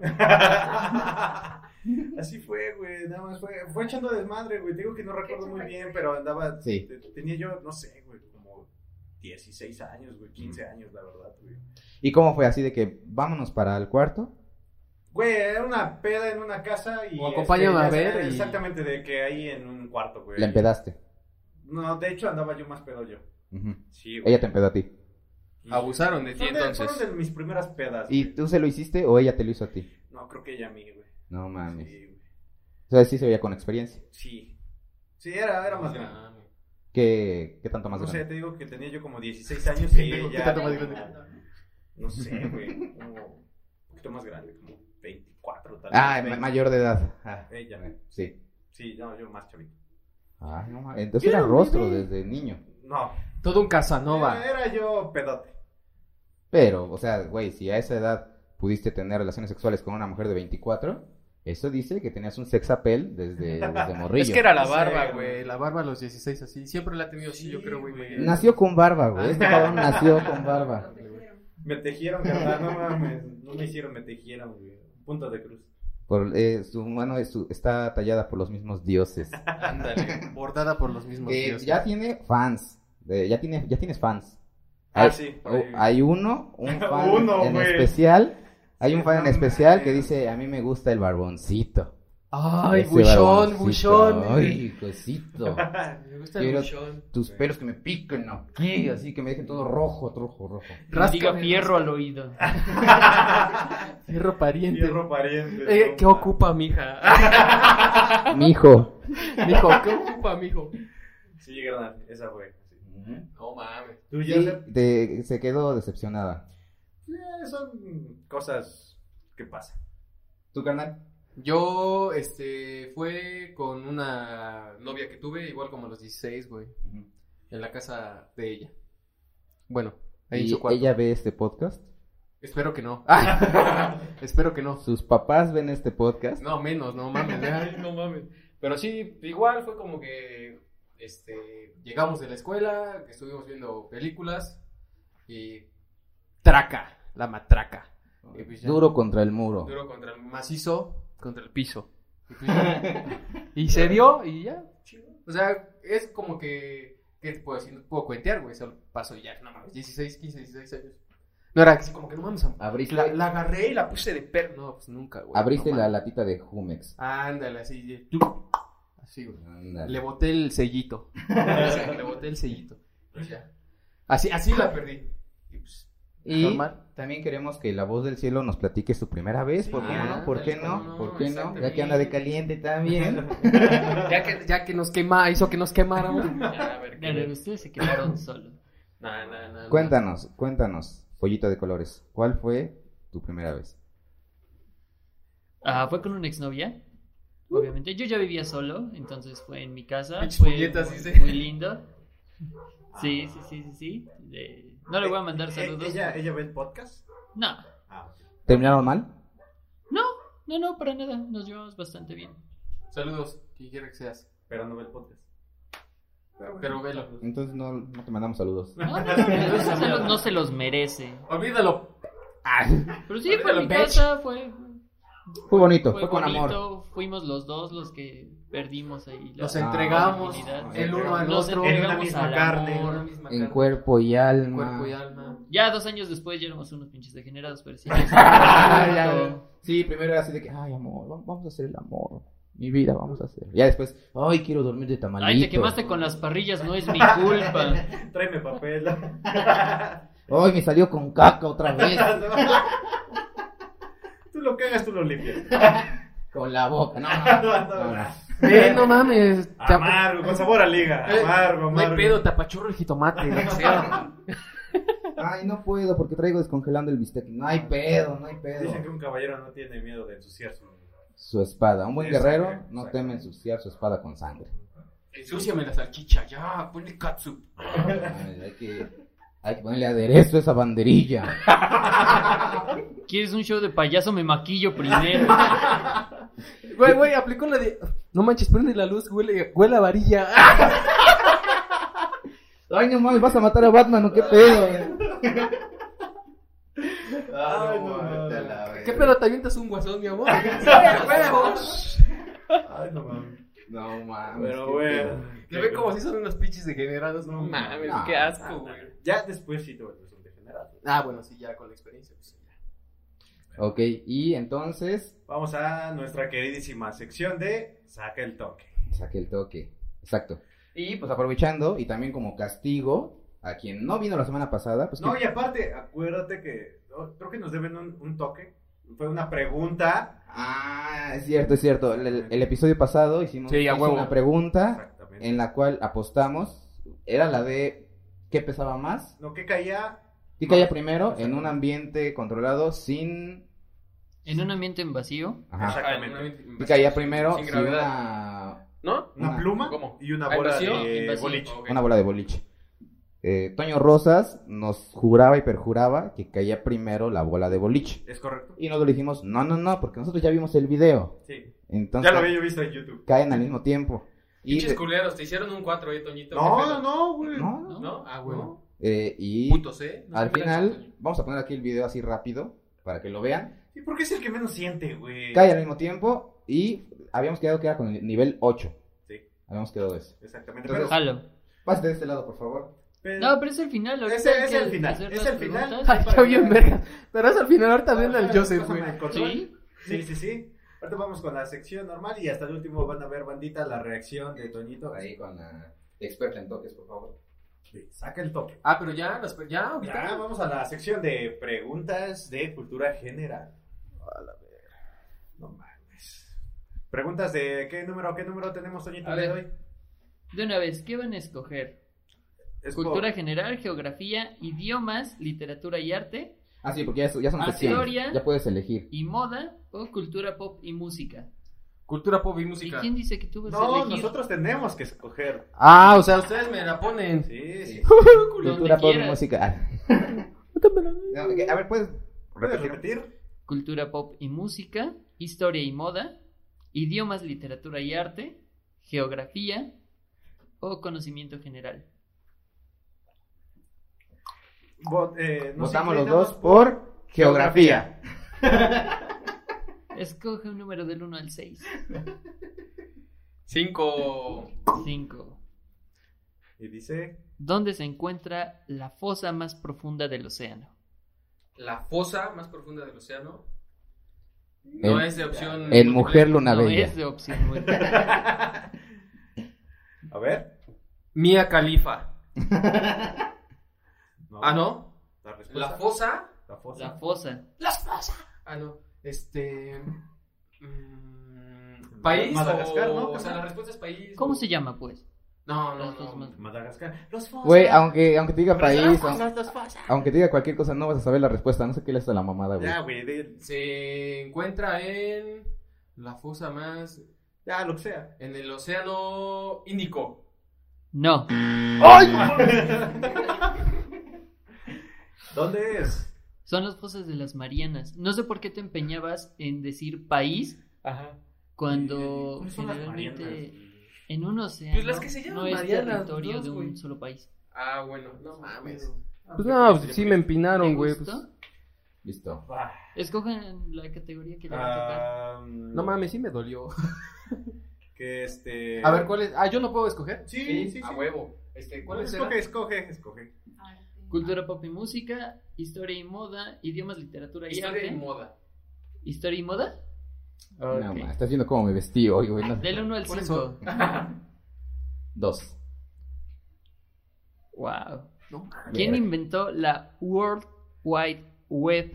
Así fue, güey, nada más fue, fue echando desmadre, güey, digo que no recuerdo muy bien, pero andaba,
Sí.
te- tenía yo, no sé, güey, como 16 años, güey, 15
Mm.
años, la verdad, güey.
¿Y cómo fue? Así de que vámonos para el cuarto.
Güey, era una peda en una casa y... este,
O acompáñame
ya
a ver
sé,
y-
Exactamente, de que ahí en un cuarto, güey.
La empedaste.
No, de hecho andaba yo más pedo yo.
Ujú.
Sí, güey.
Ella te empedó a ti.
Y-
Abusaron de ti
Son de- Fueron
entonces.
de mis primeras pedas,
¿Y
güey.
tú se lo hiciste o ella te lo hizo a ti?
No, creo que ella a mí, güey.
No mames.
Sí, güey.
O sea, sí se veía con experiencia.
Sí. Sí, era, era
Ah.
más grande.
¿Qué, qué tanto más
No sé,
grande?
te digo que tenía yo como 16 años y
Tengo que
ella...
tanto más grande.
No sé, güey. Como un poquito más grande, como 24 tal vez.
Ah, ma-
20.
mayor de edad. Ah,
Ella.
Sí.
Sí, no, yo más chavito.
Ah, no mames. Entonces era rostro desde niño.
No.
Todo un Casanova.
Era, era yo pedote.
Pero, o sea, güey, si a esa edad pudiste tener relaciones sexuales con una mujer de 24, eso dice que tenías un sex appeal desde, desde morrillo.
Es que era la
Sí,
barba,
güey.
güey. La barba a los 16 así. Siempre la ha tenido así,
Sí,
yo creo, güey.
güey.
me-
Nació con barba, güey. Este cabrón nació con barba.
Me tejieron, carnal, no mames. No me hicieron, me tejieron, güey. Punto de cruz.
Por, eh, su mano es su- está tallada por los mismos dioses.
Ándale. Bordada por los mismos
Eh,
dioses.
ya tiene fans. Eh, ya, tiene, ya tienes fans.
Ah,
Hay-
sí.
Oh, hay uno, un fan
Uno,
en
güey.
especial. Hay un
Sí,
fan en
no
especial que
mames.
dice, a mí me gusta el barboncito.
Ay,
Ese
buchón,
barboncito,
buchón.
Ay, cosito.
Me gusta el
Quiero-
buchón.
Tus pelos que me piquen aquí, así que me dejen todo rojo, rojo, rojo.
No diga
Ráscame,
fierro al oído.
Ah, Fierro pariente.
Fierro pariente.
Eh, ¿Qué ocupa, mija?
Mijo.
Mijo, ¿qué ocupa, mijo?
Sí, carnal, esa fue. sí.
No mames.
Tú ya
Y te- se quedó decepcionada.
son cosas que pasan.
¿Tu carnal?
Yo, este, fue con una novia que tuve, igual como a los 16, güey. En la casa de ella. Bueno, ahí en
¿Y
su cuarto.
ella ve este podcast?
Espero que no. Ah, espero que no.
¿Sus papás ven este podcast?
No, menos, no mames. ay, no mames. Pero sí, igual fue como que este, llegamos de la escuela, estuvimos viendo películas y traca, la matraca. Y pues ya.
Duro contra el muro.
Duro contra el macizo, contra el piso. Y, pues ya. Y se dio y ya. O sea, es como que, ¿qué te puedo decir? No te puedo cuentear, güey, solo paso y ya, no mames, 16, 15, 16 años. No era así como que no mames,
Abriste,
la, la agarré y la puse de perro. No, pues nunca, güey.
abriste
no
la
mames.
latita de Jumex.
Ándale, así. de- Así, güey.
Ándale.
Le boté el sellito. Le boté el sellito. Pues ya. Así, así la perdí. Y pues,
Y
Normal.
también queremos que la voz del cielo nos platique su primera vez.
Sí,
¿Por qué
ah,
no? ¿Por qué
cómo
no?
no,
¿Por qué no? Ya
exactamente.
que anda de caliente también.
Ya que, ya que nos quema, hizo que nos quemáramos. Ya, a ver,
Dale, ustedes se quedaron solos.
No, no, no, no.
cuéntanos, cuéntanos, pollito de colores. ¿Cuál fue tu primera vez?
Ah, fue con una exnovia.
Uh.
Obviamente, yo ya vivía solo, entonces fue en mi casa.
Pinches
Fue
puñetas,
muy,
dice.
muy lindo. Sí, sí, sí, sí, sí. Eh, no le voy a mandar saludos.
¿Ella, ella ve el podcast?
No,
Ah, ok.
¿Terminaron mal?
no, no, para nada. Nos llevamos bastante bien.
Saludos, quien quiera que seas.
pero no ve el podcast.
Pero velo.
Entonces no, no te mandamos saludos.
No, no, no, no, no se los- no se los merece.
Olvídalo.
Pero sí, fue en mi
Olvídalo, bitch.
casa, fue.
Fue bonito,
Fue
fue con
bonito,
amor.
Fuimos los dos los que perdimos ahí. la-
Nos
Ah,
entregamos
habilidad.
el uno al
Nos
otro.
entregamos
en la
al
misma
amor,
carne.
en la misma
En
carne.
cuerpo y alma.
Cuerpo y alma.
Ya dos años después ya éramos unos pinches degenerados, pero sí.
Ya, güey. sí, primero era así de que, ay, amor, va- vamos a hacer el amor. Mi vida, vamos a hacer. Ya después, ay, quiero dormir de tamalito.
Ay, te quemaste con las parrillas, no es mi culpa.
Tráeme papel.
Ay, me salió con caca otra vez.
tú lo cagas, tú lo limpias.
con la boca, no, no, no, no.
Ve, no mames. te ap-
Amargo, con sabor a liga.
Eh,
Amargo, amargo.
No hay pedo, tapachurro el jitomate. lo que sea.
Ay, no puedo porque traigo descongelando el bistec. No hay pedo, no hay pedo.
Dicen que un caballero no tiene miedo de ensuciar su
Su espada. Un buen
Exacto,
guerrero no
exacto.
teme ensuciar su espada con sangre.
Ensúciame la salchicha, ya, ponle katsu.
Ay, hay, que, hay que ponerle aderezo a esa banderilla.
¿Quieres un show de payaso? Me maquillo primero.
Güey, güey, aplicó la de. No manches, prende la luz, huele, huele a varilla. Ah,
Ay, no mames, vas a matar a Batman o qué pedo. güey?
Ay, no, mames.
¿Qué pedo te avientas un guasón, mi amor?
Ay, no mames.
No mames.
Pero
qué
Ah, bueno.
Te ve como si son unos pinches degenerados. No mames,
No,
qué asco,
pedo.
güey.
Ya después sí te vuelves un degenerado.
Ah, bueno, sí, ya con la experiencia. pues, sí, ya.
pedo. Ok, y entonces
Vamos a nuestra queridísima sección de Saca el toque.
saqué el toque. Exacto. Y pues aprovechando, y también como castigo a quien no vino la semana pasada, pues
No,
que-
y aparte, acuérdate que no, creo que nos deben un, un toque. Fue una pregunta.
Ah, es cierto, es cierto. El, el- el episodio pasado hicimos
Sí, a
hice
huevo.
una pregunta
Exactamente.
en la cual apostamos. Era la de qué pesaba más.
No, que caía
Y caía primero en un ambiente controlado sin.
En un ambiente en vacío.
Ajá.
Exactamente.
Ah, en-
Y caía primero
Sin
si
gravedad.
una,
¿No?
una
Una-
pluma
¿Cómo?
y una
¿Al
bola
vacío?
En
de
vacío.
boliche.
Ok.
Pues una bola de boliche. Eh, Toño Rosas nos juraba y perjuraba que caía primero la bola de boliche.
¿Es correcto?
Y nosotros le dijimos, no, no, no, porque nosotros ya vimos el video.
Sí.
Entonces
Ya lo había yo visto en YouTube.
caen al mismo tiempo. Y,
Pinches culeros, te hicieron un 4 ahí, Toñito. ¿Qué
No,
pedo?
no, güey.
no, no.
¿No? Ah, huevo.
Eh, y
Putos, ¿eh? No
Al
se miran
final, vamos a poner aquí el video así rápido para que lo vean.
¿Y por qué es el que menos siente, güey?
Cae al mismo tiempo y habíamos quedado que era con el nivel 8.
Sí.
Habíamos quedado eso.
Exactamente.
Entonces,
pero-
Jalo.
Pásate de este lado, por favor.
pero-
No, pero es el final. ahorita
Ese
hay
es
que
el final,
hacer
es
las
el final.
preguntas.
Ay, qué bien, verga. Pero es al final, ahorita ven al Joseph, güey.
Pásame el control.
Sí,
Sí, sí, sí. Ahorita vamos con la sección normal y hasta el último van a ver, bandita, la reacción de Toñito.
Ahí con la experta en toques, por favor.
Sí, Saca el toque.
Ah, pero ya, las- ya, ahorita.
Ya, vamos a la sección de preguntas de cultura general. No mames. Preguntas de qué número, qué número tenemos, Toñito,
A
le
ver.
doy.
de una vez, ¿qué van a escoger?
Es
Cultura
por-
general, geografía, idiomas, literatura y arte,
Ah, sí, porque ya, son- ya son
Ah,
secciones.
teoría.
Ya puedes elegir.
y moda o cultura pop y música.
Cultura pop y
¿Y
música.
quién dice que tú vas a
No,
elegir?
nosotros tenemos que escoger.
Ah, o sea, ustedes me la ponen.
Sí, sí.
Donde
Cultura pop y
quieras.
música. Ah. No, ok, a ver, puedes
¿Puedes
repetir.
repetir?
Cultura pop y música, historia y moda, idiomas, literatura y arte, geografía o conocimiento general.
Vo- eh, nos
Votamos los
inclinamos
dos por geografía.
Escoge un número del 1 al 6.
Cinco.
5.
Y dice,
¿Dónde se encuentra la fosa más profunda del océano?
La fosa más profunda del océano.
En-
No es de opción.
En Mujer Luna
no
Bella.
es de opción múltiple.
a ver.
Mía Califa. Ah, ¿no?
La respuesta.
La fosa.
La fosa.
La fosa.
Ah, no. Este. mm, País.
Madagascar,
o...
¿no?
O sea, la respuesta es país.
¿Cómo se llama, pues?
No, no,
Las dos
no.
más.
Madagascar. Los fosas.
Güey, aunque, aunque te diga
Pero son
país,
las
aun-
fosas, los fosas.
aunque te diga cualquier cosa, no vas a saber la respuesta. No sé qué le hace la mamada, güey.
Ya, güey, de-
Se encuentra en. La fosa más.
ya, lo que sea.
En el océano Índico.
No.
¿Dónde es?
Son las fosas de las Marianas. No sé por qué te empeñabas en decir país
Ajá. eh,
cuando
¿Cuáles son las
generalmente
Marianas?
en un océano
Pues las que se llaman
no es
Marianas,
territorio
dos,
de un
güey.
solo país.
Ah, bueno. No mames.
Pues no, sí me empinaron,
¿Te
güey.
gustó?
pues.
Listo.
Ah, Escojan la categoría que le va a tocar.
Ah, mm,
No mames, sí me dolió.
Que este.
A ver, ¿cuál es? Ah, yo no puedo escoger.
Sí, sí, sí. Pues
a huevo. Este, ¿cuál es?
Escoge, escoge, escoge.
Arte.
Cultura pop y música, historia y moda, idiomas, literatura y
Historia
arte.
y moda.
¿Historia y moda?
No,
Ok. Ah,
ma, estás viendo cómo me vestí hoy, güey. no.
Del 1 al
Por
5.
Dos.
Wow.
No.
¿Quién
Verga.
inventó la World Wide Web?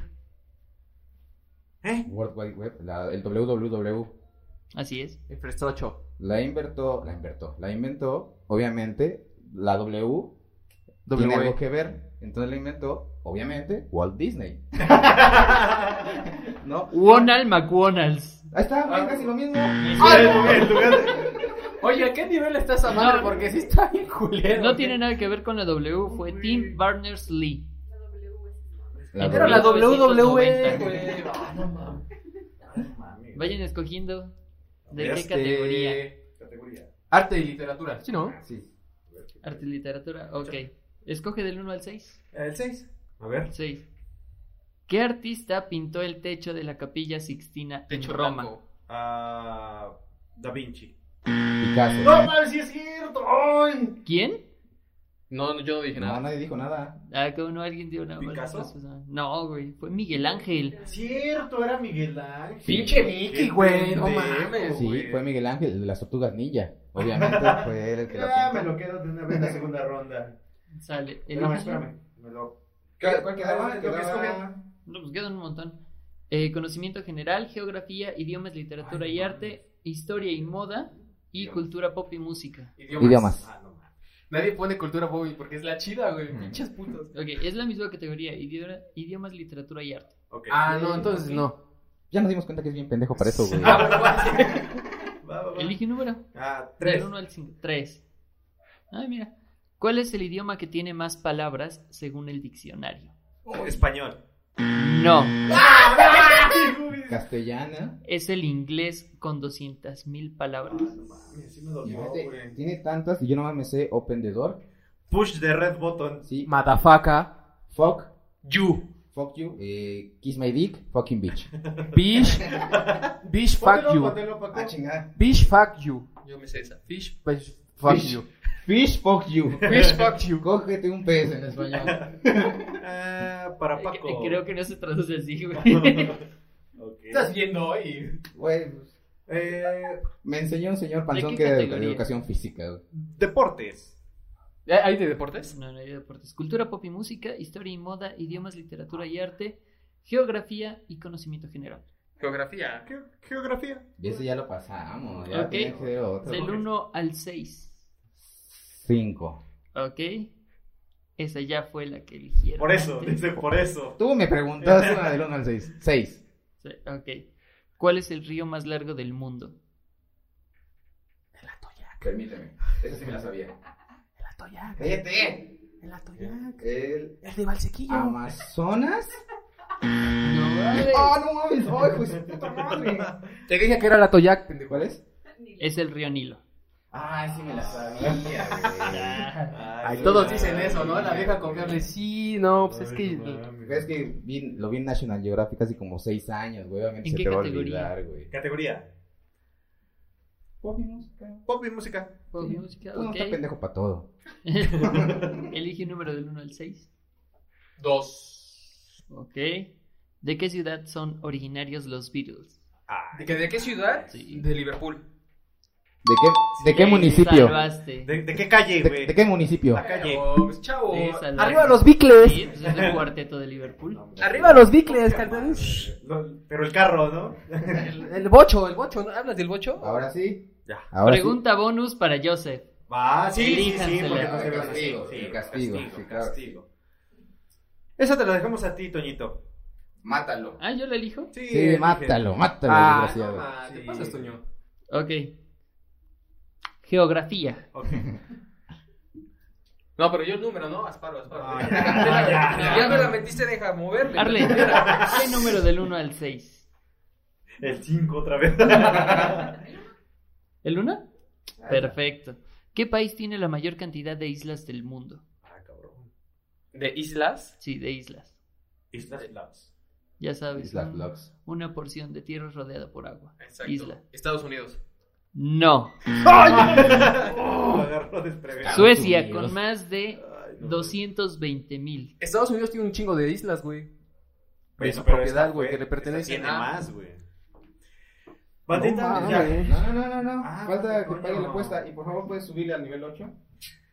¿Eh?
World Wide Web, la- el WWW,
Así es.
Infraestocho.
la invertó, la invertó, la inventó, obviamente, la W
E.
tiene algo
W.
que ver, entonces la inventó, obviamente, Walt Disney. ¿No?
Wonald McDonald's.
Ahí está, güey, casi lo mismo.
Oye, ¿a qué nivel está esa madre?
No,
Porque sí está bien
Eh,
culero.
No tiene nada que ver con la W, fue Tim Berners-Lee.
La W es
La
Era la
W.
WWE,
1990.
güey. Ah, no mames.
Vayan escogiendo de qué
Este-
categoría.
Categoría.
Arte y literatura. Sí, ¿no?
Sí.
Arte y literatura. Ok. Escoge del 1 al 6.
El 6. A ver.
6. ¿Qué artista pintó el techo de la capilla Sixtina
Techo
en Roma?
blanco.
Ah, da Vinci.
Picasso.
¡No mames, sí es cierto! ¡Ay!
¿Quién?
No, no, yo no dije
No,
nada.
nadie dijo nada.
Ah, como no, alguien dio una mala
¿Picasso?
respuesta. No, güey. Fue Miguel Ángel.
Cierto, era Miguel Ángel.
Pinche Mickey, güey, no mames.
Sí,
güey.
fue Miguel Ángel, el de las tortugas ninja. Obviamente fue él el que lo
Ah, me
pintó.
lo quedo de una vez en la segunda ronda.
Sale. El
Espérame,
uno.
espérame. Me lo...
¿Cuál- cuál quedaba?
Ah, lo que
Quedaba-
escogí.
No, pues quedan un montón. Eh, conocimiento general, geografía, idiomas, literatura
Ay,
y
no
arte, historia y moda, y
Idiomas.
cultura pop y música.
Idiomas.
Idiomas.
Ah, no mames.
Nadie pone cultura pop porque es la chida, güey.
Mm.
Pinches putos.
Ok, es la misma categoría, idi- idiomas, literatura y arte.
Ok.
Ah, no, entonces no.
Ya nos dimos cuenta que es bien pendejo para eso, güey.
Va, va, va.
Elige un número.
Ah,
Del
tres.
1 al 5. 3. Ay, mira. ¿Cuál es el idioma que tiene más palabras según el diccionario?
Español.
No,
Castellana.
es el inglés con 200.000 palabras.
Mames, sí me dolió,
Imagínate,
güey.
tiene tantas y yo nomás me sé Open the Door.
Push the red button.
Sí.
Madafaca.
Fuck.
You.
Fuck you. eh, kiss my dick. Fucking bitch.
Bish. Bish fuck
Póntelo,
you.
póntelo, Paco.
Ah, chingada.
Bish fuck you.
Yo me sé esa. Fish.
Bish fuck
Bish.
you.
Fish fuck you.
Bish fuck you.
Cógete un pez en español.
Ah, para
Eh,
Paco.
Creo que no se traduce así, güey.
Ok.
viendo hoy?
Güey,
Eh,
me enseñó un señor panzón
qué
que era de,
categoría?
educación física. güey.
deportes.
¿Eh, ¿Hay de deportes?
No, no hay de deportes. Cultura, pop y música, historia y moda, idiomas, literatura y arte, geografía y conocimiento general.
Geografía.
Ge- Geografía.
Y ese ya lo pasamos. Ya
Ok.
tenía que ser otro.
Del 1 al 6.
Cinco.
¿Ok? Esa ya fue la que eligieron.
Por eso,
antes.
dice por eso.
Tú me preguntas una del 1 al 6. 6.
Sí, Ok. ¿Cuál es el río más largo del mundo?
Permíteme. Esa sí me la sabía. ¡Cállate!
El Atoyac.
El
El de Valsequillo.
Amazonas.
No,
no mames! ¡Ay, pues puta madre!
Te dije que era el Atoyac, pendejo.
¿Cuál es?
Ni
es el río Nilo.
Ay, Ah, sí me la Ah, sabía,
Ay,
todos
ay,
dicen eso, ¿no? La vieja confiable. Sí, no, pues es
Ay,
que.
no mames.
Es que vi- lo vi en National Geographic hace como 6 años, güey. Obviamente
¿En
se
qué
te va a
categoría?
olvidar, güey.
Categoría.
Pop y música.
Pop y música.
Pop y
Sí.
música,
Uno
ok.
Pues está pendejo para todo.
Elige un número del 1 al 6.
Dos.
Ok. ¿De qué ciudad son originarios los Beatles?
Ah,
¿De, qué- de qué ciudad?
Sí.
De Liverpool.
¿De qué, de qué
Te
municipio?
salvaste.
¿De, de qué calle,
¿De,
güey?
de qué municipio?
La calle.
Pero, pues, chavo.
Te salvaste.
¡Arriba los bicles!
Sí, pues es el cuarteto de Liverpool.
¡Arriba los bicles, carnal!
Lo- Pero el carro, ¿no?
El, el bocho, el bocho, ¿no? ¿Hablas del bocho?
Ahora sí.
Ya.
Ahora sí.
Pregunta bonus para Joseph.
Va, sí, sí, sí,
Elíjansela.
porque no se ve así.
Castigo, sí, castigo, sí, claro.
castigo. Esa te la dejamos a ti, Toñito.
Mátalo.
Ah, yo la elijo.
Sí,
Sí,
elige.
mátalo, mátalo,
Ah,
desgraciado.
Ah,
Sí.
¿Te pasas, Toño?
Ok. Geografía.
Ok.
No, pero yo el número, ¿no? Asparo, asparo.
Ah,
ya,
ya, ya.
me la metiste, deja moverle.
Arlen, ¿qué número del 1 al 6?
El 5 otra vez.
¿El 1? Perfecto. ¿Qué país tiene la mayor cantidad de islas del mundo?
ah, cabrón.
¿De islas?
Sí, de islas.
Islas Laos.
ya sabes.
Isla
un-
Vlogs.
Una porción de tierra rodeada por agua.
Exacto.
Isla.
Estados Unidos.
No.
Mm. Oh. Lo agarró desprevenido.
Suecia
Dios.
con más de
Ay, no.
220 mil.
Estados Unidos tiene un chingo de islas, güey.
Pero
de su
esta
propiedad,
fue-
güey, que le
esta
pertenece.
Tiene
Ah.
más, güey. Bandita,
mames.
ya.
No, no, no, no.
Ah,
Falta que
coño.
pague la apuesta. Y por favor, puedes subirle al nivel 8.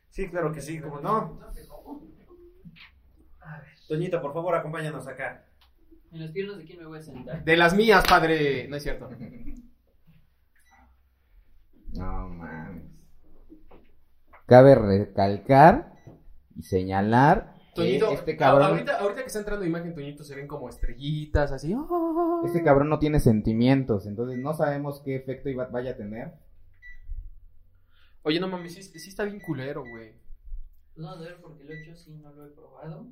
Sí, claro que sí, como no. Doñita, por favor, acompáñanos acá.
¿En las piernas de quién me voy a sentar?
De las mías, padre. No es cierto.
Este No mames. Cabe recalcar y señalar
Toñito,
que este cabrón,
ahorita, ahorita que está entrando imagen, Toñito, se ven como estrellitas, así. ¡oh!
este cabrón no tiene sentimientos, entonces no sabemos qué efecto iba- vaya a tener.
Oye, no mames, sí, sí está bien culero, güey.
No, de ver, porque el 8 sí no lo he probado.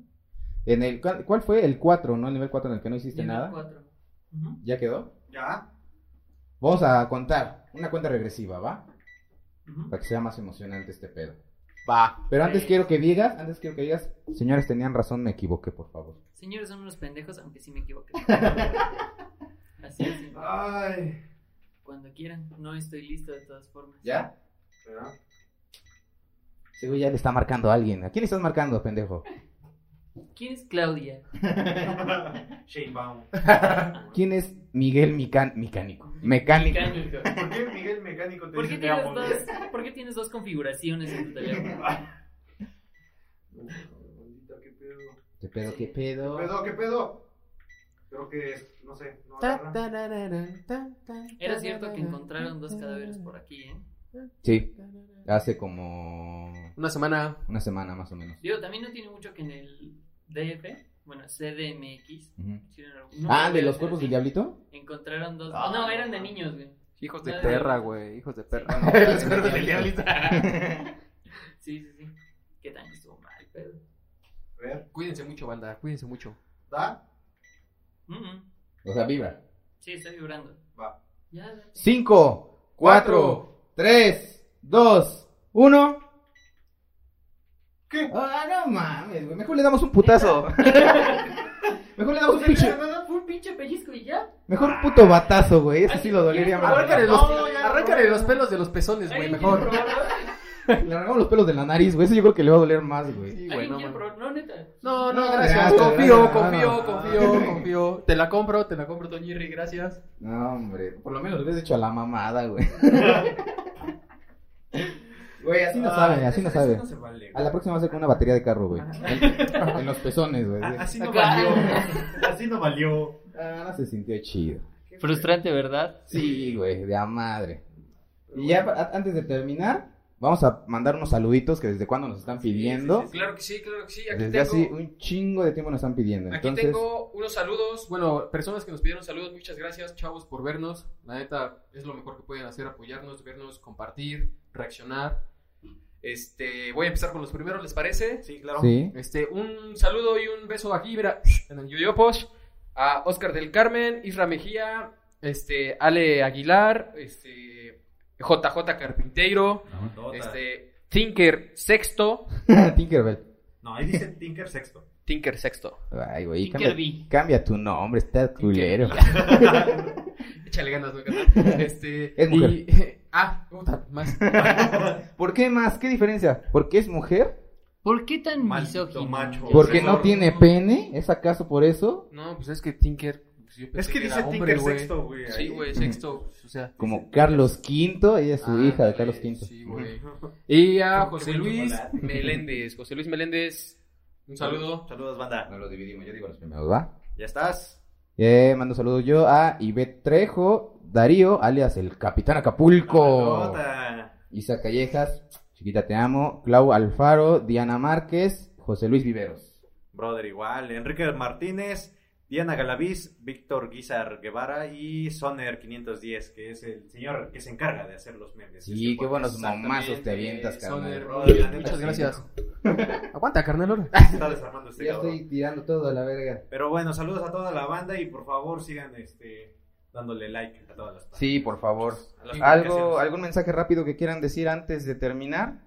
En el ¿cuál, cuál fue el 4, no? El nivel 4 en el que no hiciste
Nivel
nada.
cuatro. Ujú.
¿Ya quedó?
Ya.
Vamos a contar una cuenta regresiva, ¿va?
Ujú.
Para que sea más emocionante este pedo.
Va.
Pero antes quiero que digas, antes quiero que digas, señores, tenían razón, me equivoqué, por favor.
Señores, son unos pendejos, aunque sí me equivoqué. Así es.
Ay.
Cuando quieran. No estoy listo de todas formas.
¿Ya? Sí, güey, ya le está marcando a alguien. ¿A quién le estás marcando, pendejo?
¿Quién es Claudia?
Shane Baum.
¿Quién es Miguel Mican Mecánico? Mecánico.
Mecánico.
¿Por qué Miguel Mecánico te
¿Por qué,
dice
tienes
amo?
dos, por qué tienes dos configuraciones en tu teléfono?
Bandita, ¿Qué pedo?
¿Qué pedo, qué pedo?
¿Qué pedo? ¿Qué pedo? Creo que, no sé, no
Ta,
agarra.
tararán, ta, ta,
Era cierto que
tararán,
encontraron dos
ta,
cadáveres por aquí, ¿eh?
Sí,
tararán.
hace como
Una semana.
una semana más o menos.
Digo, también no tiene mucho que en el DF, bueno, CDMX.
Ujú.
hicieron algún- no
Ah,
sé,
¿de los
pero
cuerpos
sí,
del diablito?
Encontraron dos.
Ah.
no, eran de niños, güey.
Hijos
de
de
perra,
perra, güey. Hijos de perra.
Bueno,
Sí, sí, sí. Que también estuvo mal, pero.
A ver,
Cuídense mucho, banda. Cuídense mucho.
da.
Mm,
O sea, vibra.
Sí, está vibrando.
Va.
Ya, date.
Cinco, cuatro, tres, dos, uno.
¿Qué?
Ah, no mames, güey. Mejor le damos un putazo. Mejor le damos un pinche.
Fue un pinche pellizco y ya.
Mejor un puto batazo, güey. Ese sí lo dolería más.
Arráncale los,
No, ya,
arráncale
no,
los pelos de los pezones, güey.
¿Alguien
Mejor.
quiere probarlo?
Le arrancamos los pelos de la nariz, güey. Eso yo creo que le va a doler más, güey.
Sí, güey,
¿Alguien
no,
quiere
mames.
probarlo? No, neta.
No, no,
No,
gracias.
gracias,
Confío,
gracias,
confío,
no.
confío, confío. Te la compro, te la compro, Toñirri, gracias.
No, hombre. Por lo menos lo hubieras hecho a la mamada, güey. Güey, así no
Ah,
sabe, así no
eso-
sabe.
eso no se vale.
A la próxima va a ser con una batería de carro, güey. En, en los pezones, güey.
A-
Ah,
Así no
Acá.
valió. Así no valió.
no Ah, se sintió chido.
Frustrante, ¿verdad?
Sí, güey, de a madre. Y ya pa- a- antes de terminar, vamos a mandar unos saluditos que desde cuando nos están pidiendo.
Claro que sí, claro que sí. Aquí
Desde
tengo,
hace un chingo de tiempo nos están pidiendo.
aquí
Entonces,
tengo unos saludos.
Bueno, personas que nos pidieron saludos, muchas gracias, chavos, por vernos. La neta, es lo mejor que pueden hacer, apoyarnos, vernos, compartir, reaccionar.
Este, voy a empezar con los primeros, ¿les parece?
Sí, claro.
sí.
Este, un...
Un saludo y un beso aquí, mira, en el Yoyopos. A Oscar del Carmen, Isra Mejía, este, Ale Aguilar, este, JJ Carpinteiro,
Este...
este, Tinker Sexto.
Tinkerbell.
No, ahí dice Tinker sexto.
Tinker Sexto.
Ay, güey, cambia,
Tinkerby.
cambia tu nombre, está culero.
Échale ganas, ¿no? carnal? Este...
Es mujer.
y- Ah, puta, más.
¿Por qué más? ¿Qué diferencia? ¿Porque es mujer?
¿Por qué tan
Maldito
misógino?
macho. ¿Por
¿Porque
qué
no tiene pene? ¿Es acaso por eso?
No, pues es que Tinker... pues yo
Es
pensé
que
era
dice
hombre,
Tinker
güey.
sexto, güey.
Sí,
ahí.
güey, sexto, pues, o sea...
Como Carlos V, ella es su
Ah,
hija de
güey,
Carlos V.
Sí, güey. Y a
Qué
José
buen
Luis
chocolate.
Meléndez. José Luis Meléndez, un saludo.
Saludos, banda.
No lo dividimos, yo digo los primeros, ¿va?
¿Ya estás?
Eh, mando saludos yo a Ivette Trejo, Darío, alias el Capitán Acapulco,
Bandota.
Isa Callejas, Chiquita Te Amo, Clau Alfaro, Diana Márquez, José Luis Viveros.
Brother igual. Enrique Martínez, Diana Galaviz, Víctor Guizar Guevara y Soner 510, que es el señor que se encarga de hacer los memes.
Sí,
Este
qué buenos
podcast
momazos te avientas,
Soner,
carnal.
brother, la neta,
Muchas
sí.
gracias. Aguanta, carnal, ahora.
Está desarmando este
Ya
cabrón.
estoy tirando todo a la verga.
Pero bueno, saludos a toda la banda y por favor sigan este dándole like a todas las páginas.
Sí, por favor.
A las
¿Algo,
publicaciones.
¿Algún mensaje rápido que quieran decir antes de terminar?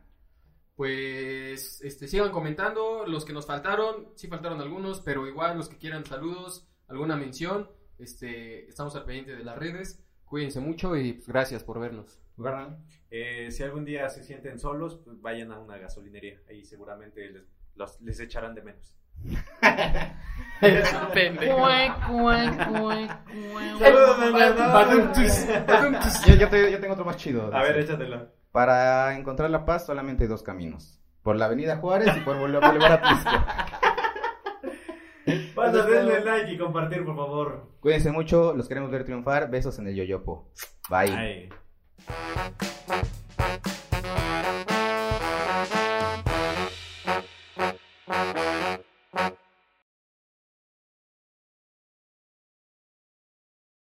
Pues este, sigan comentando los que nos faltaron. Sí faltaron algunos, pero igual los que quieran saludos,
alguna mención. Este, estamos al pendiente de las redes. Cuídense mucho y pues, gracias por vernos.
Eh, si algún día se sienten solos, pues vayan a una gasolinería. Ahí seguramente les, los- les echarán de menos.
Cue, cue, cue,
Saludos,
cue.
Bernardo.
Yo, yo te- yo tengo otro más chido.
A ver,
Dice,
échatela.
Para encontrar la paz solamente hay dos caminos. Por la avenida Juárez y por Boule- Boulevard Atlixco.
Banda, denle like y compartir, por favor.
Cuídense mucho, los queremos ver triunfar. Besos en el yoyopo. Bye.
Ay.